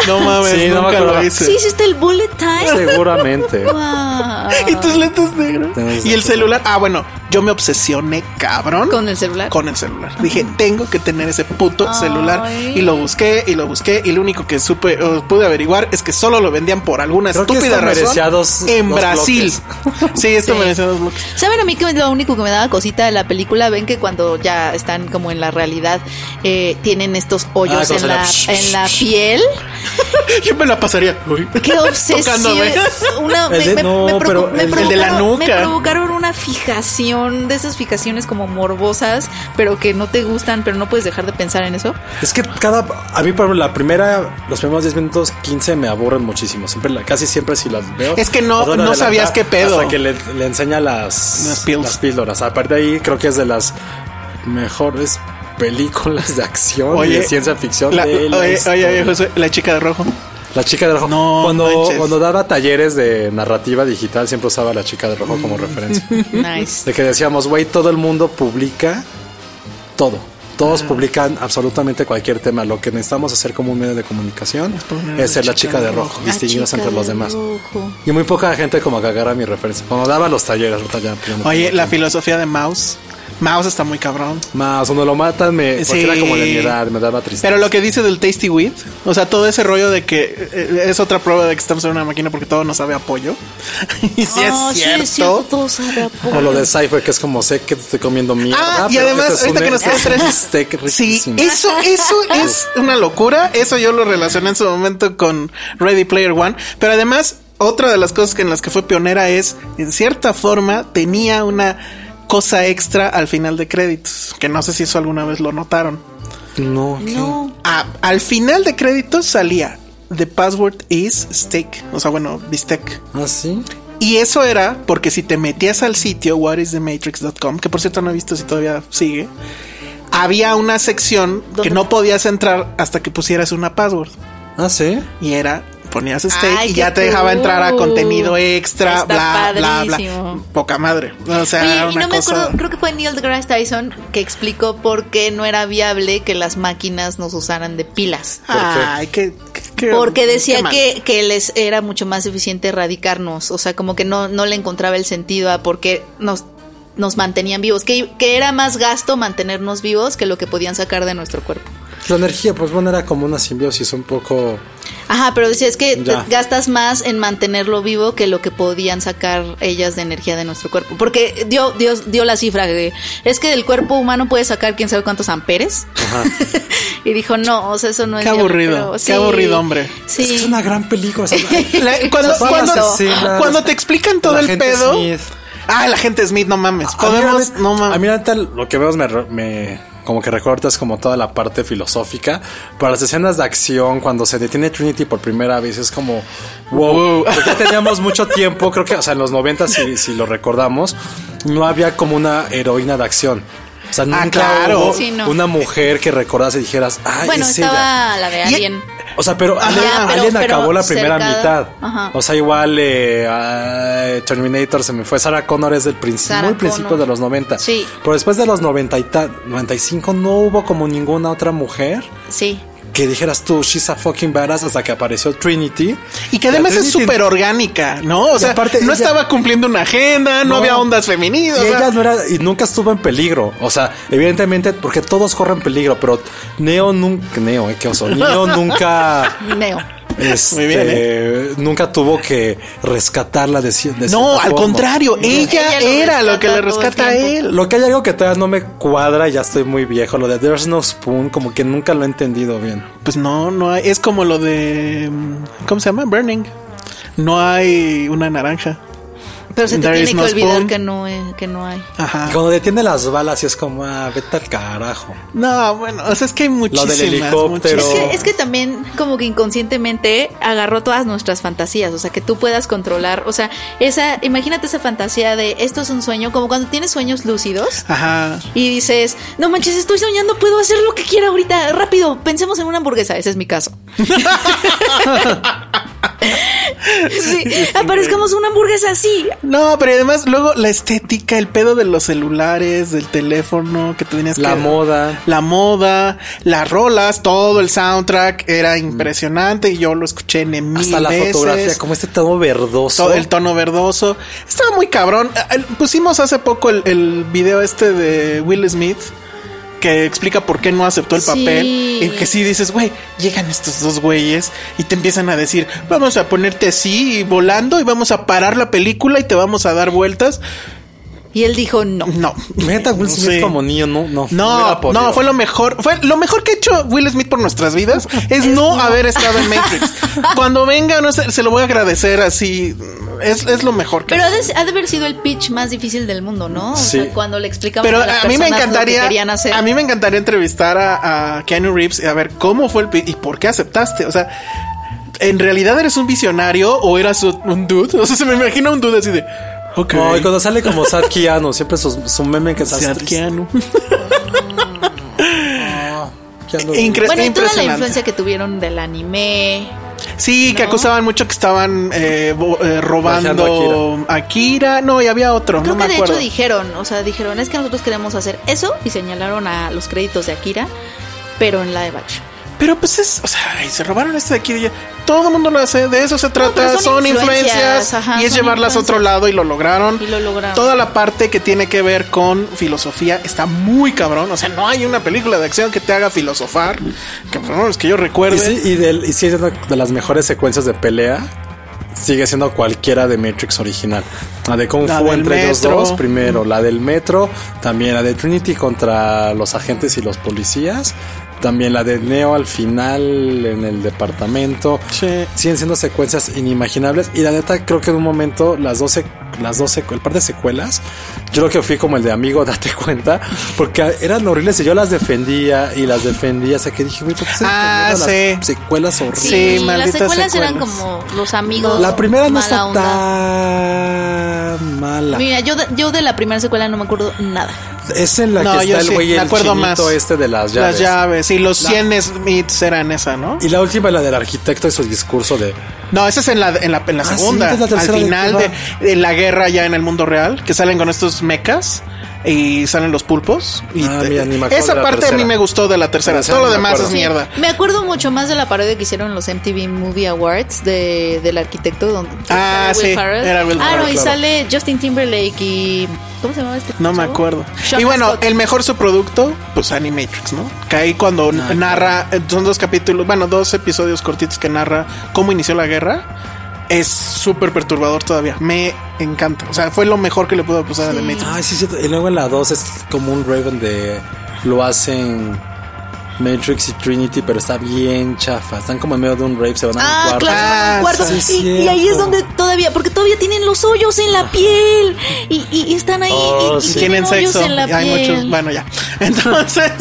Speaker 4: No mames,
Speaker 3: Sí, no me
Speaker 4: nunca lo
Speaker 3: acordaba.
Speaker 4: hice.
Speaker 5: Sí, hiciste el bullet time.
Speaker 3: Seguramente.
Speaker 5: Guau.
Speaker 4: Y tus lentes negros.
Speaker 3: Tengo
Speaker 4: Y el
Speaker 3: lentes
Speaker 4: celular. Ah, bueno, yo me obsesioné, cabrón.
Speaker 5: Con el celular.
Speaker 4: Con el celular. Dije, tengo que tener ese puto celular. Y lo busqué y lo busqué. Y lo único que supe o pude averiguar es que solo lo vendían por alguna
Speaker 3: Creo que
Speaker 4: estúpida
Speaker 3: esto merecía
Speaker 4: razón.
Speaker 3: dos-
Speaker 4: en
Speaker 3: dos
Speaker 4: Brasil. Sí, esto
Speaker 5: Sí.
Speaker 4: merecía dos bloques.
Speaker 5: ¿Saben a mí que lo único que me daba cosita de la película? Ven que cuando ya están como en la realidad, eh, tienen estos
Speaker 3: Ah,
Speaker 5: hoyos
Speaker 3: como
Speaker 5: en,
Speaker 3: se la-
Speaker 5: la, en la piel.
Speaker 4: Yo me la pasaría. uy,
Speaker 5: ¡Qué obsesión!
Speaker 4: tocándome.
Speaker 5: Una, me,
Speaker 3: El de-
Speaker 5: me-
Speaker 3: no,
Speaker 5: me provo-
Speaker 3: pero
Speaker 5: me
Speaker 3: el-
Speaker 4: el de la
Speaker 5: provocaron- me
Speaker 4: nuca.
Speaker 5: provocaron una fijación, de esas fijaciones como morbosas, pero que no te gustan, pero no puedes dejar de pensar en eso.
Speaker 3: Es que cada. A mí, por ejemplo, la primera. Los primeros 10 minutos, 15 me aburren muchísimo. Siempre, la- casi siempre si las veo.
Speaker 4: Es que no-
Speaker 3: las van a
Speaker 4: no
Speaker 3: adelantar
Speaker 4: sabías qué pedo.
Speaker 3: Hasta que le, le enseña las.
Speaker 4: Las pills.
Speaker 3: píldoras. Aparte de ahí, creo que es de las mejores películas de acción y de ciencia ficción.
Speaker 4: la-
Speaker 3: de la
Speaker 4: oye, oye, oye,
Speaker 3: historia.
Speaker 4: José, la chica de rojo.
Speaker 3: La chica de rojo.
Speaker 4: No
Speaker 3: cuando,
Speaker 4: manches.
Speaker 3: cuando daba talleres de narrativa digital, siempre usaba la chica de rojo como referencia.
Speaker 5: Nice.
Speaker 3: De que decíamos, güey, todo el mundo publica todo. Todos
Speaker 4: Ah.
Speaker 3: publican absolutamente cualquier tema. Lo que necesitamos hacer como un medio de comunicación es ser la chica de rojo,
Speaker 5: La
Speaker 3: distinguirnos
Speaker 5: chica
Speaker 3: entre los
Speaker 5: de
Speaker 3: demás.
Speaker 5: rojo.
Speaker 3: Y muy poca gente como que agarra mi referencia. Cuando daba los talleres, ahorita ya, pues, ya no
Speaker 4: Oye,
Speaker 3: tengo
Speaker 4: la
Speaker 3: tiempo.
Speaker 4: filosofía de Mouse. Mouse está muy cabrón.
Speaker 3: Más, cuando lo matan, me, porque
Speaker 4: Sí.
Speaker 3: era como de mi edad, me daba tristeza.
Speaker 4: Pero lo que dice del Tasty Weed, o sea, todo ese rollo de que eh, es otra prueba de que estamos en una máquina porque todo nos sabe apoyo. y si
Speaker 5: Ah,
Speaker 4: es cierto.
Speaker 5: todo sabe a
Speaker 3: O lo
Speaker 5: pollo.
Speaker 3: de Cypher, que es como sé que te estoy comiendo mierda.
Speaker 4: Ah, y
Speaker 3: pero
Speaker 4: además,
Speaker 3: este es
Speaker 4: ahorita
Speaker 3: un-
Speaker 4: que nos
Speaker 3: es un
Speaker 4: traes-
Speaker 3: steak
Speaker 4: Sí,
Speaker 3: riquísimo.
Speaker 4: eso, eso es una locura. Eso yo lo relacioné en su momento con Ready Player One. Pero además, otra de las cosas que en las que fue pionera es, en cierta forma, tenía una cosa extra al final de créditos. Que no sé si eso alguna vez lo notaron.
Speaker 3: No,
Speaker 5: No.
Speaker 4: Ah, al final de créditos salía The password is steak. O sea, bueno, bistec.
Speaker 3: ¿Ah, sí?
Speaker 4: Y eso era porque si te metías al sitio whatisthematrix.com, que por cierto no he visto si todavía sigue, había una sección que
Speaker 5: ¿Dónde?
Speaker 4: no podías entrar hasta que pusieras una password.
Speaker 3: ¿Ah, sí?
Speaker 4: Y era, ponías stake
Speaker 5: Ay,
Speaker 4: y
Speaker 5: qué
Speaker 4: ya te dejaba
Speaker 5: cool.
Speaker 4: entrar a contenido extra,
Speaker 5: Está
Speaker 4: bla, bla, bla.
Speaker 5: padrísimo.
Speaker 4: Poca madre. O sea,
Speaker 5: Oye,
Speaker 4: era
Speaker 5: y
Speaker 4: una
Speaker 5: no me
Speaker 4: cosa-
Speaker 5: acuerdo, creo que fue Neil deGrasse Tyson que explicó por qué no era viable que las máquinas nos usaran de pilas.
Speaker 4: Ay, qué, qué- qué-
Speaker 5: Porque
Speaker 4: qué
Speaker 5: decía
Speaker 4: mal.
Speaker 5: que, que les era mucho más eficiente erradicarnos, o sea, como que no, no le encontraba el sentido a por qué nos, nos mantenían vivos, que, que era más gasto mantenernos vivos que lo que podían sacar de nuestro cuerpo.
Speaker 3: La energía, pues bueno, era como una simbiosis un poco...
Speaker 5: Ajá, pero decía, es que te-
Speaker 3: Ya.
Speaker 5: gastas más en mantenerlo vivo que lo que podían sacar ellas de energía de nuestro cuerpo. Porque dio, dio, dio la cifra de, es que del cuerpo humano puede sacar quién sabe cuántos amperes. y dijo, no, o sea, eso no
Speaker 4: Qué
Speaker 5: es... viable,
Speaker 4: aburrido,
Speaker 5: pero
Speaker 4: qué aburrido, hombre.
Speaker 5: Sí.
Speaker 3: Es que es una gran película. o sea,
Speaker 4: La- cuando,
Speaker 3: Son
Speaker 4: cuando-
Speaker 3: asesinas.
Speaker 4: cuando te explican todo
Speaker 3: La
Speaker 4: el
Speaker 3: gente
Speaker 4: pedo.
Speaker 3: Smith.
Speaker 4: Ah, la gente Smith, no mames.
Speaker 3: A mí,
Speaker 4: Podemos,
Speaker 3: la
Speaker 4: no
Speaker 3: neta- A mí
Speaker 4: mames.
Speaker 3: la neta, lo que veo es me, re- me- como que recuerda es como toda la parte filosófica. Para las escenas de acción, cuando se detiene Trinity por primera vez, es como wow. Porque ya teníamos mucho tiempo, creo que, o sea, en los 90, si, si lo recordamos, no había como una heroína de acción. O sea, nunca
Speaker 4: claro.
Speaker 3: hubo
Speaker 5: Ah, Sí, no.
Speaker 3: una mujer que recordas y dijeras, ah,
Speaker 5: bueno,
Speaker 3: es ella".
Speaker 5: estaba la de
Speaker 4: Y-
Speaker 5: alguien.
Speaker 3: O sea, pero
Speaker 4: Ajá,
Speaker 3: Alien,
Speaker 5: pero-
Speaker 3: Alien
Speaker 5: pero
Speaker 3: acabó la primera
Speaker 5: cercada.
Speaker 3: mitad.
Speaker 5: Ajá.
Speaker 3: O sea, igual eh, ay, Terminator se me fue. Sarah Connor es del principio,
Speaker 5: Sarah
Speaker 3: muy principio
Speaker 5: Connor.
Speaker 3: de los 90.
Speaker 5: Sí.
Speaker 3: Pero después de los 90 y ta- 95 no hubo como ninguna otra mujer
Speaker 5: Sí.
Speaker 3: que dijeras tú, she's a fucking badass hasta que apareció Trinity.
Speaker 4: Y que además
Speaker 3: La
Speaker 4: es
Speaker 3: Trinity-
Speaker 4: súper orgánica, ¿no? O sea,
Speaker 3: aparte
Speaker 4: no
Speaker 3: ella-
Speaker 4: estaba cumpliendo una agenda, no,
Speaker 3: No.
Speaker 4: había ondas femeninas.
Speaker 3: Y
Speaker 4: o sea,
Speaker 3: ella no era, y nunca estuvo en peligro. O sea, evidentemente, porque todos corren peligro, pero Neo nunca, Neo, eh, qué oso. Neo nunca.
Speaker 5: Neo.
Speaker 3: Este,
Speaker 4: Muy bien, ¿eh?
Speaker 3: Nunca tuvo que rescatarla de, ci-
Speaker 4: no,
Speaker 3: de cierta
Speaker 4: al
Speaker 3: forma.
Speaker 4: contrario, ella,
Speaker 5: Ella lo
Speaker 4: era lo que le
Speaker 5: rescata
Speaker 4: rescata a
Speaker 5: todo el
Speaker 4: él.
Speaker 3: Lo que hay algo que todavía no me cuadra, ya estoy muy viejo, lo de There's No Spoon, como que nunca lo he entendido bien.
Speaker 4: Pues no, no hay, es como lo de mm, ¿cómo se llama? Burning. No hay una naranja.
Speaker 5: Pero se te
Speaker 4: There is
Speaker 5: tiene
Speaker 4: no
Speaker 5: que olvidar
Speaker 4: spoon.
Speaker 5: que no, eh, que no hay.
Speaker 4: Ajá.
Speaker 3: Y cuando detiene las balas y es como, ah, vete al carajo.
Speaker 4: No, bueno, o sea, es que hay muchísimas.
Speaker 3: helicóptero.
Speaker 5: Es
Speaker 4: muchísimas.
Speaker 5: que, es que también como que inconscientemente agarró todas nuestras fantasías, o sea, que tú puedas controlar, o sea, esa, imagínate esa fantasía de esto es un sueño, como cuando tienes sueños lúcidos
Speaker 4: Ajá.
Speaker 5: y dices, no manches, estoy soñando, puedo hacer lo que quiera ahorita, rápido, pensemos en una hamburguesa, ese es mi caso. Sí, aparezcamos una hamburguesa así.
Speaker 4: No, pero además luego la estética, el pedo de los celulares, del teléfono que tenías
Speaker 3: La
Speaker 4: que...
Speaker 3: moda.
Speaker 4: La moda, las rolas, todo el soundtrack era impresionante y yo lo escuché en mil
Speaker 3: Hasta la
Speaker 4: veces.
Speaker 3: fotografía, como este tono verdoso.
Speaker 4: Todo el tono verdoso. Estaba muy cabrón. Eh, eh, Pusimos hace poco el, el video este de Will Smith que explica por qué no aceptó el
Speaker 5: Sí.
Speaker 4: papel. Y que sí dices, güey, llegan estos dos güeyes y te empiezan a decir, vamos a ponerte así y volando y vamos a parar la película y te vamos a dar vueltas.
Speaker 5: Y él dijo no.
Speaker 4: No.
Speaker 3: Imagínate a Will
Speaker 4: No
Speaker 3: Smith
Speaker 4: sé.
Speaker 3: como niño, no, no.
Speaker 4: No,
Speaker 3: hubiera
Speaker 4: no,
Speaker 3: podido.
Speaker 4: fue lo mejor. Fue lo mejor que ha hecho Will Smith por nuestras vidas es, no, haber estado en Matrix. Cuando venga, no sé, se lo voy a agradecer así. Es, es lo mejor que
Speaker 5: Pero
Speaker 4: ha
Speaker 5: ha de, ha de haber sido el pitch más difícil del mundo, ¿no? O
Speaker 3: Sí.
Speaker 5: sea, cuando le explicaban
Speaker 4: Pero
Speaker 5: a, las
Speaker 4: a mí me
Speaker 5: personas lo que
Speaker 4: encantaría.
Speaker 5: querían hacer.
Speaker 4: A mí me encantaría entrevistar a, a Keanu Reeves y a ver cómo fue el pi- y por qué aceptaste. O sea, ¿en realidad eres un visionario o eras un- un dude? O sea, se me imagina un dude así de. Ok.
Speaker 3: No, y cuando sale como Sad Keanu, siempre su, su meme que
Speaker 4: Sad
Speaker 3: está
Speaker 4: Keanu.
Speaker 3: Keanu.
Speaker 4: Incre-
Speaker 5: bueno, y toda la
Speaker 4: impresionante.
Speaker 5: influencia que tuvieron del anime.
Speaker 4: Sí, que
Speaker 5: ¿No?
Speaker 4: acusaban mucho que estaban eh, bo- eh, robando
Speaker 3: Plagiando
Speaker 4: a Kira. No, y había otro.
Speaker 5: Creo
Speaker 4: no
Speaker 5: que
Speaker 4: me
Speaker 5: de
Speaker 4: acuerdo.
Speaker 5: hecho dijeron, o sea, dijeron, es que nosotros queremos hacer eso y señalaron a los créditos de Akira, pero en la de Batch.
Speaker 4: Pero pues es, o sea, ay, se robaron este de aquí. de allá. Todo el mundo lo hace, de eso se trata.
Speaker 5: pero
Speaker 4: son,
Speaker 5: son
Speaker 4: influencias,
Speaker 5: influencias, ajá,
Speaker 4: y es
Speaker 5: son
Speaker 4: llevarlas a otro
Speaker 5: influencias.
Speaker 4: lado y lo lograron.
Speaker 5: Y lo lograron.
Speaker 4: Toda la parte que tiene que ver con filosofía está muy cabrón. O sea, no hay una película de acción que te haga filosofar. Que por lo menos que yo recuerde.
Speaker 3: Y sí, y, del, y sí es una de las mejores secuencias de pelea. Sigue siendo cualquiera de Matrix original. La de Kung
Speaker 4: La
Speaker 3: Fu
Speaker 4: del
Speaker 3: entre ellos
Speaker 4: metro.
Speaker 3: dos, primero. La del Metro, también la de Trinity contra los agentes y los policías. También la de Neo al final en el departamento.
Speaker 4: Sí.
Speaker 3: Siguen siendo secuencias inimaginables. Y la neta, creo que en un momento, las 12, las 12, el par de secuelas, yo creo que fui como el de amigo, date cuenta, porque eran horribles y yo las defendía y las defendía. O sea que dije, güey, ¿por qué se
Speaker 4: Ah,
Speaker 3: defendieron
Speaker 4: sí.
Speaker 3: las secuelas horribles?
Speaker 4: Sí,
Speaker 5: Sí, las
Speaker 4: malditas
Speaker 5: secuelas, eran
Speaker 4: secuelas.
Speaker 5: como los amigos.
Speaker 3: La primera no
Speaker 5: mala
Speaker 3: está
Speaker 5: onda.
Speaker 3: tan mala.
Speaker 5: Mira, yo de, yo de la primera secuela no me acuerdo nada.
Speaker 3: Es en la
Speaker 4: No,
Speaker 3: que
Speaker 4: yo
Speaker 3: está
Speaker 4: sí,
Speaker 3: el güey
Speaker 4: me
Speaker 3: el
Speaker 4: acuerdo
Speaker 3: chinito
Speaker 4: más.
Speaker 3: este de las llaves.
Speaker 4: Las llaves y los 100 Smiths eran esa, ¿no?
Speaker 3: Y la última, la del arquitecto y su discurso de
Speaker 4: No, esa es en la, en la, en la
Speaker 3: Ah, sí,
Speaker 4: segunda.
Speaker 3: esta es la
Speaker 4: al
Speaker 3: tercera de
Speaker 4: final de,
Speaker 3: Cuba.
Speaker 4: de la guerra ya en el mundo real, que salen con estos mecas y salen los pulpos. Y
Speaker 3: Ah,
Speaker 4: te-
Speaker 3: mira, ni me acuerdo
Speaker 4: esa
Speaker 3: de la
Speaker 4: parte a mí
Speaker 3: tercera.
Speaker 4: me gustó de la tercera.
Speaker 3: La tercera
Speaker 4: Todo lo
Speaker 3: no me
Speaker 4: demás es
Speaker 3: acuerdo.
Speaker 4: mierda.
Speaker 5: Me acuerdo mucho más de la parodia que hicieron los MTV Movie Awards de, del arquitecto donde que
Speaker 4: Ah,
Speaker 5: sale Will
Speaker 4: sí,
Speaker 5: Ferrell.
Speaker 4: era Will
Speaker 5: Ah,
Speaker 4: Ferrell,
Speaker 5: no, y
Speaker 4: claro.
Speaker 5: sale Justin Timberlake y ¿cómo se llamaba este?
Speaker 4: No me
Speaker 5: chavo?
Speaker 4: acuerdo.
Speaker 5: Sean
Speaker 4: y bueno,
Speaker 5: Scott.
Speaker 4: el mejor subproducto, pues Animatrix, ¿no? Que ahí
Speaker 3: Ah,
Speaker 4: cuando narra, eh, son dos capítulos, bueno, dos episodios cortitos que narra cómo inició la guerra. Es súper perturbador todavía. Me encanta. O sea, fue lo mejor que le pudo pasar a The Matrix.
Speaker 3: Ay, Ah, sí, sí. Y luego en la 2 es como un Raven de. Lo hacen Matrix y Trinity, pero está bien chafa. Están como en medio de un rave, se van a un
Speaker 5: Ah,
Speaker 3: cuarto.
Speaker 5: claro,
Speaker 4: Ah,
Speaker 5: en el cuarto.
Speaker 3: sí,
Speaker 5: y, y ahí es
Speaker 3: cierto.
Speaker 5: donde todavía, porque todavía tienen los hoyos en la piel y, y- y están ahí
Speaker 3: Oh,
Speaker 5: y, y
Speaker 3: sí.
Speaker 4: tienen
Speaker 5: hoyos
Speaker 4: sexo.
Speaker 5: en la
Speaker 4: y hay
Speaker 5: piel.
Speaker 4: muchos. Bueno, ya. Entonces,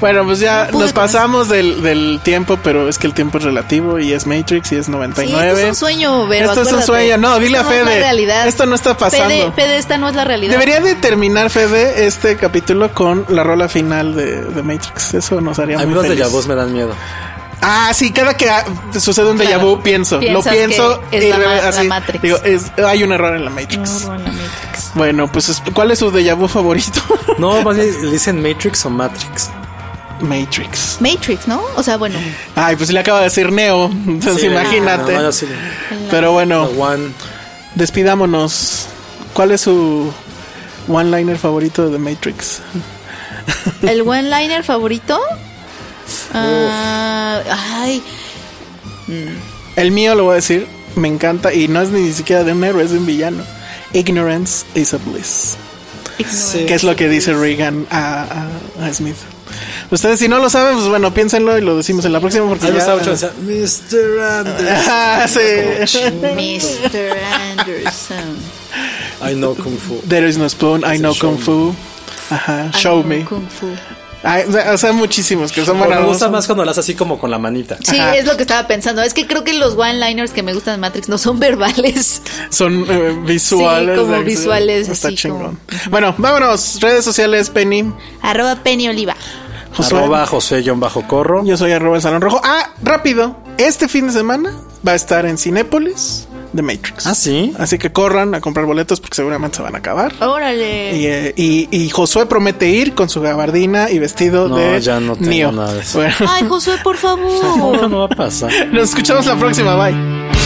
Speaker 4: bueno, pues ya
Speaker 5: No pude
Speaker 4: nos
Speaker 5: con
Speaker 4: pasamos del, del tiempo, pero es que el tiempo es relativo y es Matrix y es
Speaker 5: Sí,
Speaker 4: 99.
Speaker 5: esto es un sueño, Vero,
Speaker 4: Esto es un
Speaker 5: acuérdate.
Speaker 4: sueño. No, dile
Speaker 5: Esto
Speaker 4: a
Speaker 5: es la
Speaker 4: Fede.
Speaker 5: realidad.
Speaker 4: Esto no está pasando.
Speaker 5: Fede, Fede, esta no es la realidad.
Speaker 4: Debería de terminar, Fede, este capítulo con la rola final de, de Matrix. Eso nos haría
Speaker 3: A mí
Speaker 4: muy
Speaker 3: los de
Speaker 4: feliz.
Speaker 3: Yabos me dan miedo.
Speaker 4: Ah, sí, cada que ah, sucede un déjà
Speaker 5: Claro.
Speaker 4: vu, pienso. Lo
Speaker 5: Piensas
Speaker 4: pienso
Speaker 5: que es
Speaker 4: y
Speaker 5: la
Speaker 4: re-
Speaker 5: ma- la
Speaker 4: así,
Speaker 5: Matrix.
Speaker 4: Digo, es- hay un error en la
Speaker 5: No,
Speaker 4: Matrix.
Speaker 5: no, la Matrix.
Speaker 4: Bueno, pues, es- ¿cuál es su déjà vu favorito?
Speaker 3: No, más bien le dicen Matrix o Matrix.
Speaker 4: Matrix.
Speaker 5: Matrix, ¿no? O sea, bueno.
Speaker 4: Ay, pues le acaba de decir Neo, entonces
Speaker 3: Sí,
Speaker 4: imagínate.
Speaker 3: no, no, yo sí.
Speaker 4: Pero bueno,
Speaker 3: The One.
Speaker 4: despidámonos. ¿Cuál es su one-liner favorito de The Matrix?
Speaker 5: El one liner favorito. Ah, ay,
Speaker 4: El mío lo voy a decir, me encanta y no es ni siquiera de un héroe, es de un villano. Ignorance is a bliss.
Speaker 5: ignorante.
Speaker 4: Que es lo que dice Reagan a, a- a Smith. Ustedes si no lo saben, pues bueno, piénsenlo y lo decimos en la próxima porque
Speaker 3: Ahí
Speaker 4: ya...
Speaker 3: está mucho. decía, Mr. Anderson.
Speaker 4: Ah, sí.
Speaker 5: Mr. Anderson.
Speaker 3: I know Kung Fu.
Speaker 4: There is no spoon, I know
Speaker 3: Show
Speaker 4: kung
Speaker 3: me.
Speaker 4: fu. Ajá, show me.
Speaker 5: Kung Fu.
Speaker 4: Ay, o sea, muchísimos que son
Speaker 3: Bueno, me
Speaker 4: buenos.
Speaker 3: gusta más cuando las así como con la manita.
Speaker 5: Sí,
Speaker 4: Ajá.
Speaker 5: es lo que estaba pensando. Es que creo que los one liners que me gustan de Matrix no son verbales.
Speaker 4: Son eh, visuales.
Speaker 5: Sí, como
Speaker 4: de-
Speaker 5: visuales,
Speaker 4: Está
Speaker 5: así
Speaker 4: chingón. Bueno, vámonos. Redes sociales, Penny.
Speaker 5: Arroba Penny Oliva.
Speaker 4: Josué.
Speaker 3: Arroba José-Corro.
Speaker 4: Yo soy arroba el Salón Rojo. Ah, rápido. Este fin de semana va a estar en Cinépolis. de Matrix.
Speaker 3: Ah, sí.
Speaker 4: Así que corran a comprar boletos porque seguramente se van a acabar.
Speaker 5: Órale.
Speaker 4: Y, eh, y, y Josué promete ir con su gabardina y vestido
Speaker 3: No,
Speaker 4: de
Speaker 3: ya no tengo
Speaker 4: Neo.
Speaker 3: nada de eso.
Speaker 4: Bueno,
Speaker 5: Ay, Josué, por favor.
Speaker 3: No va a pasar.
Speaker 4: nos escuchamos la próxima. Bye.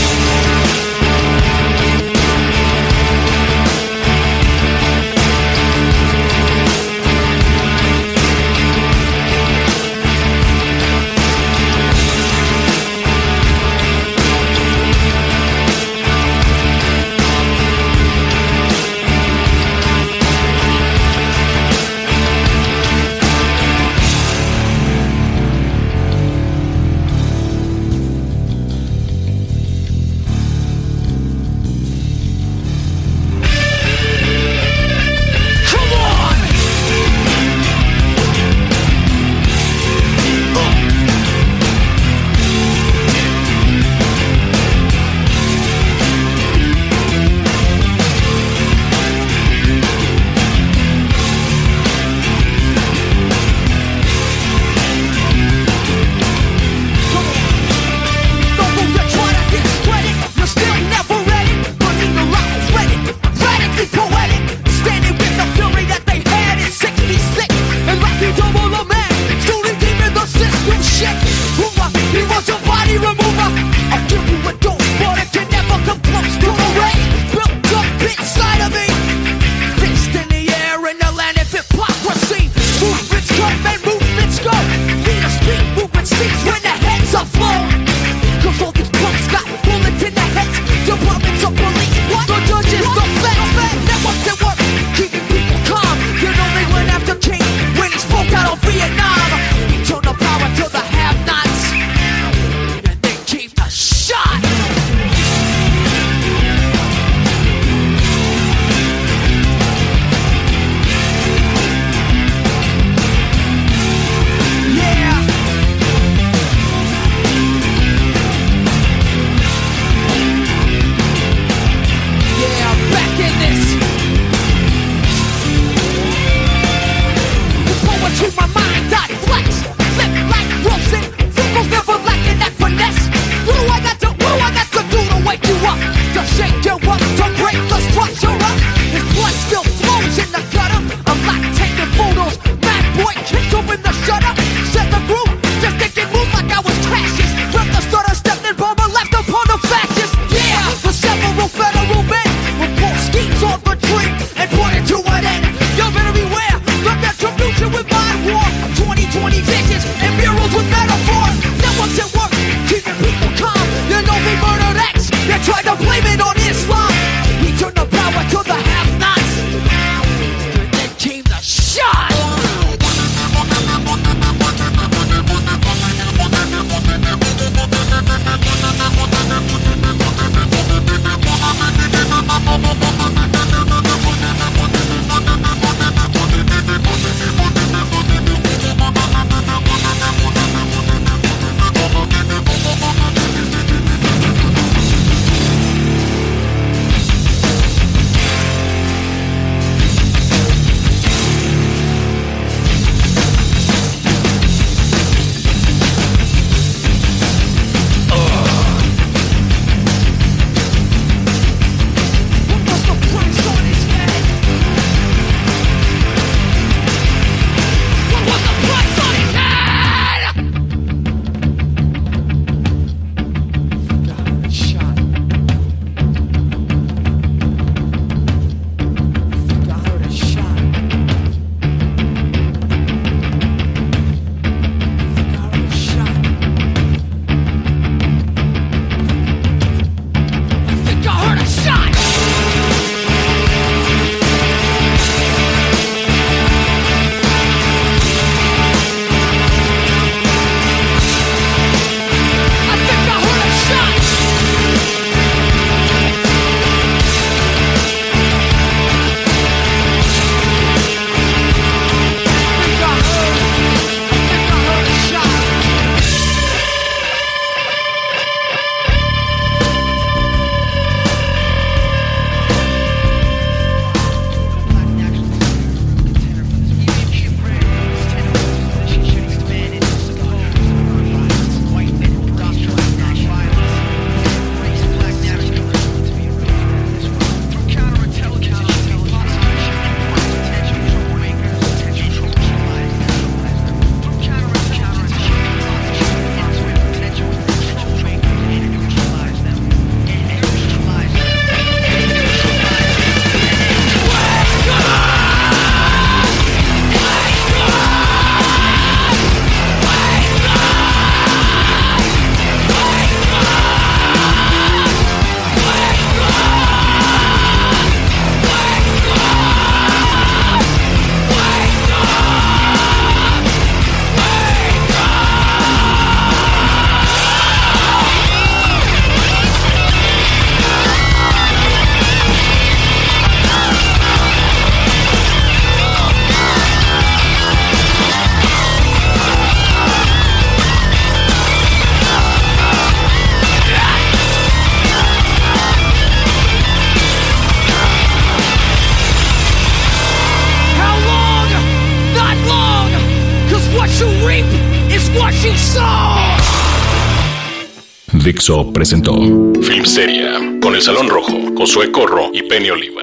Speaker 2: Dixo presentó Film Seria con El Salón Rojo, Josué Corro y Penny Oliva.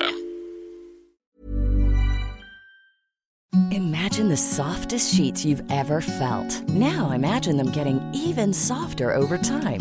Speaker 5: Imagine the softest sheets you've ever felt. Now imagine them getting even softer over time.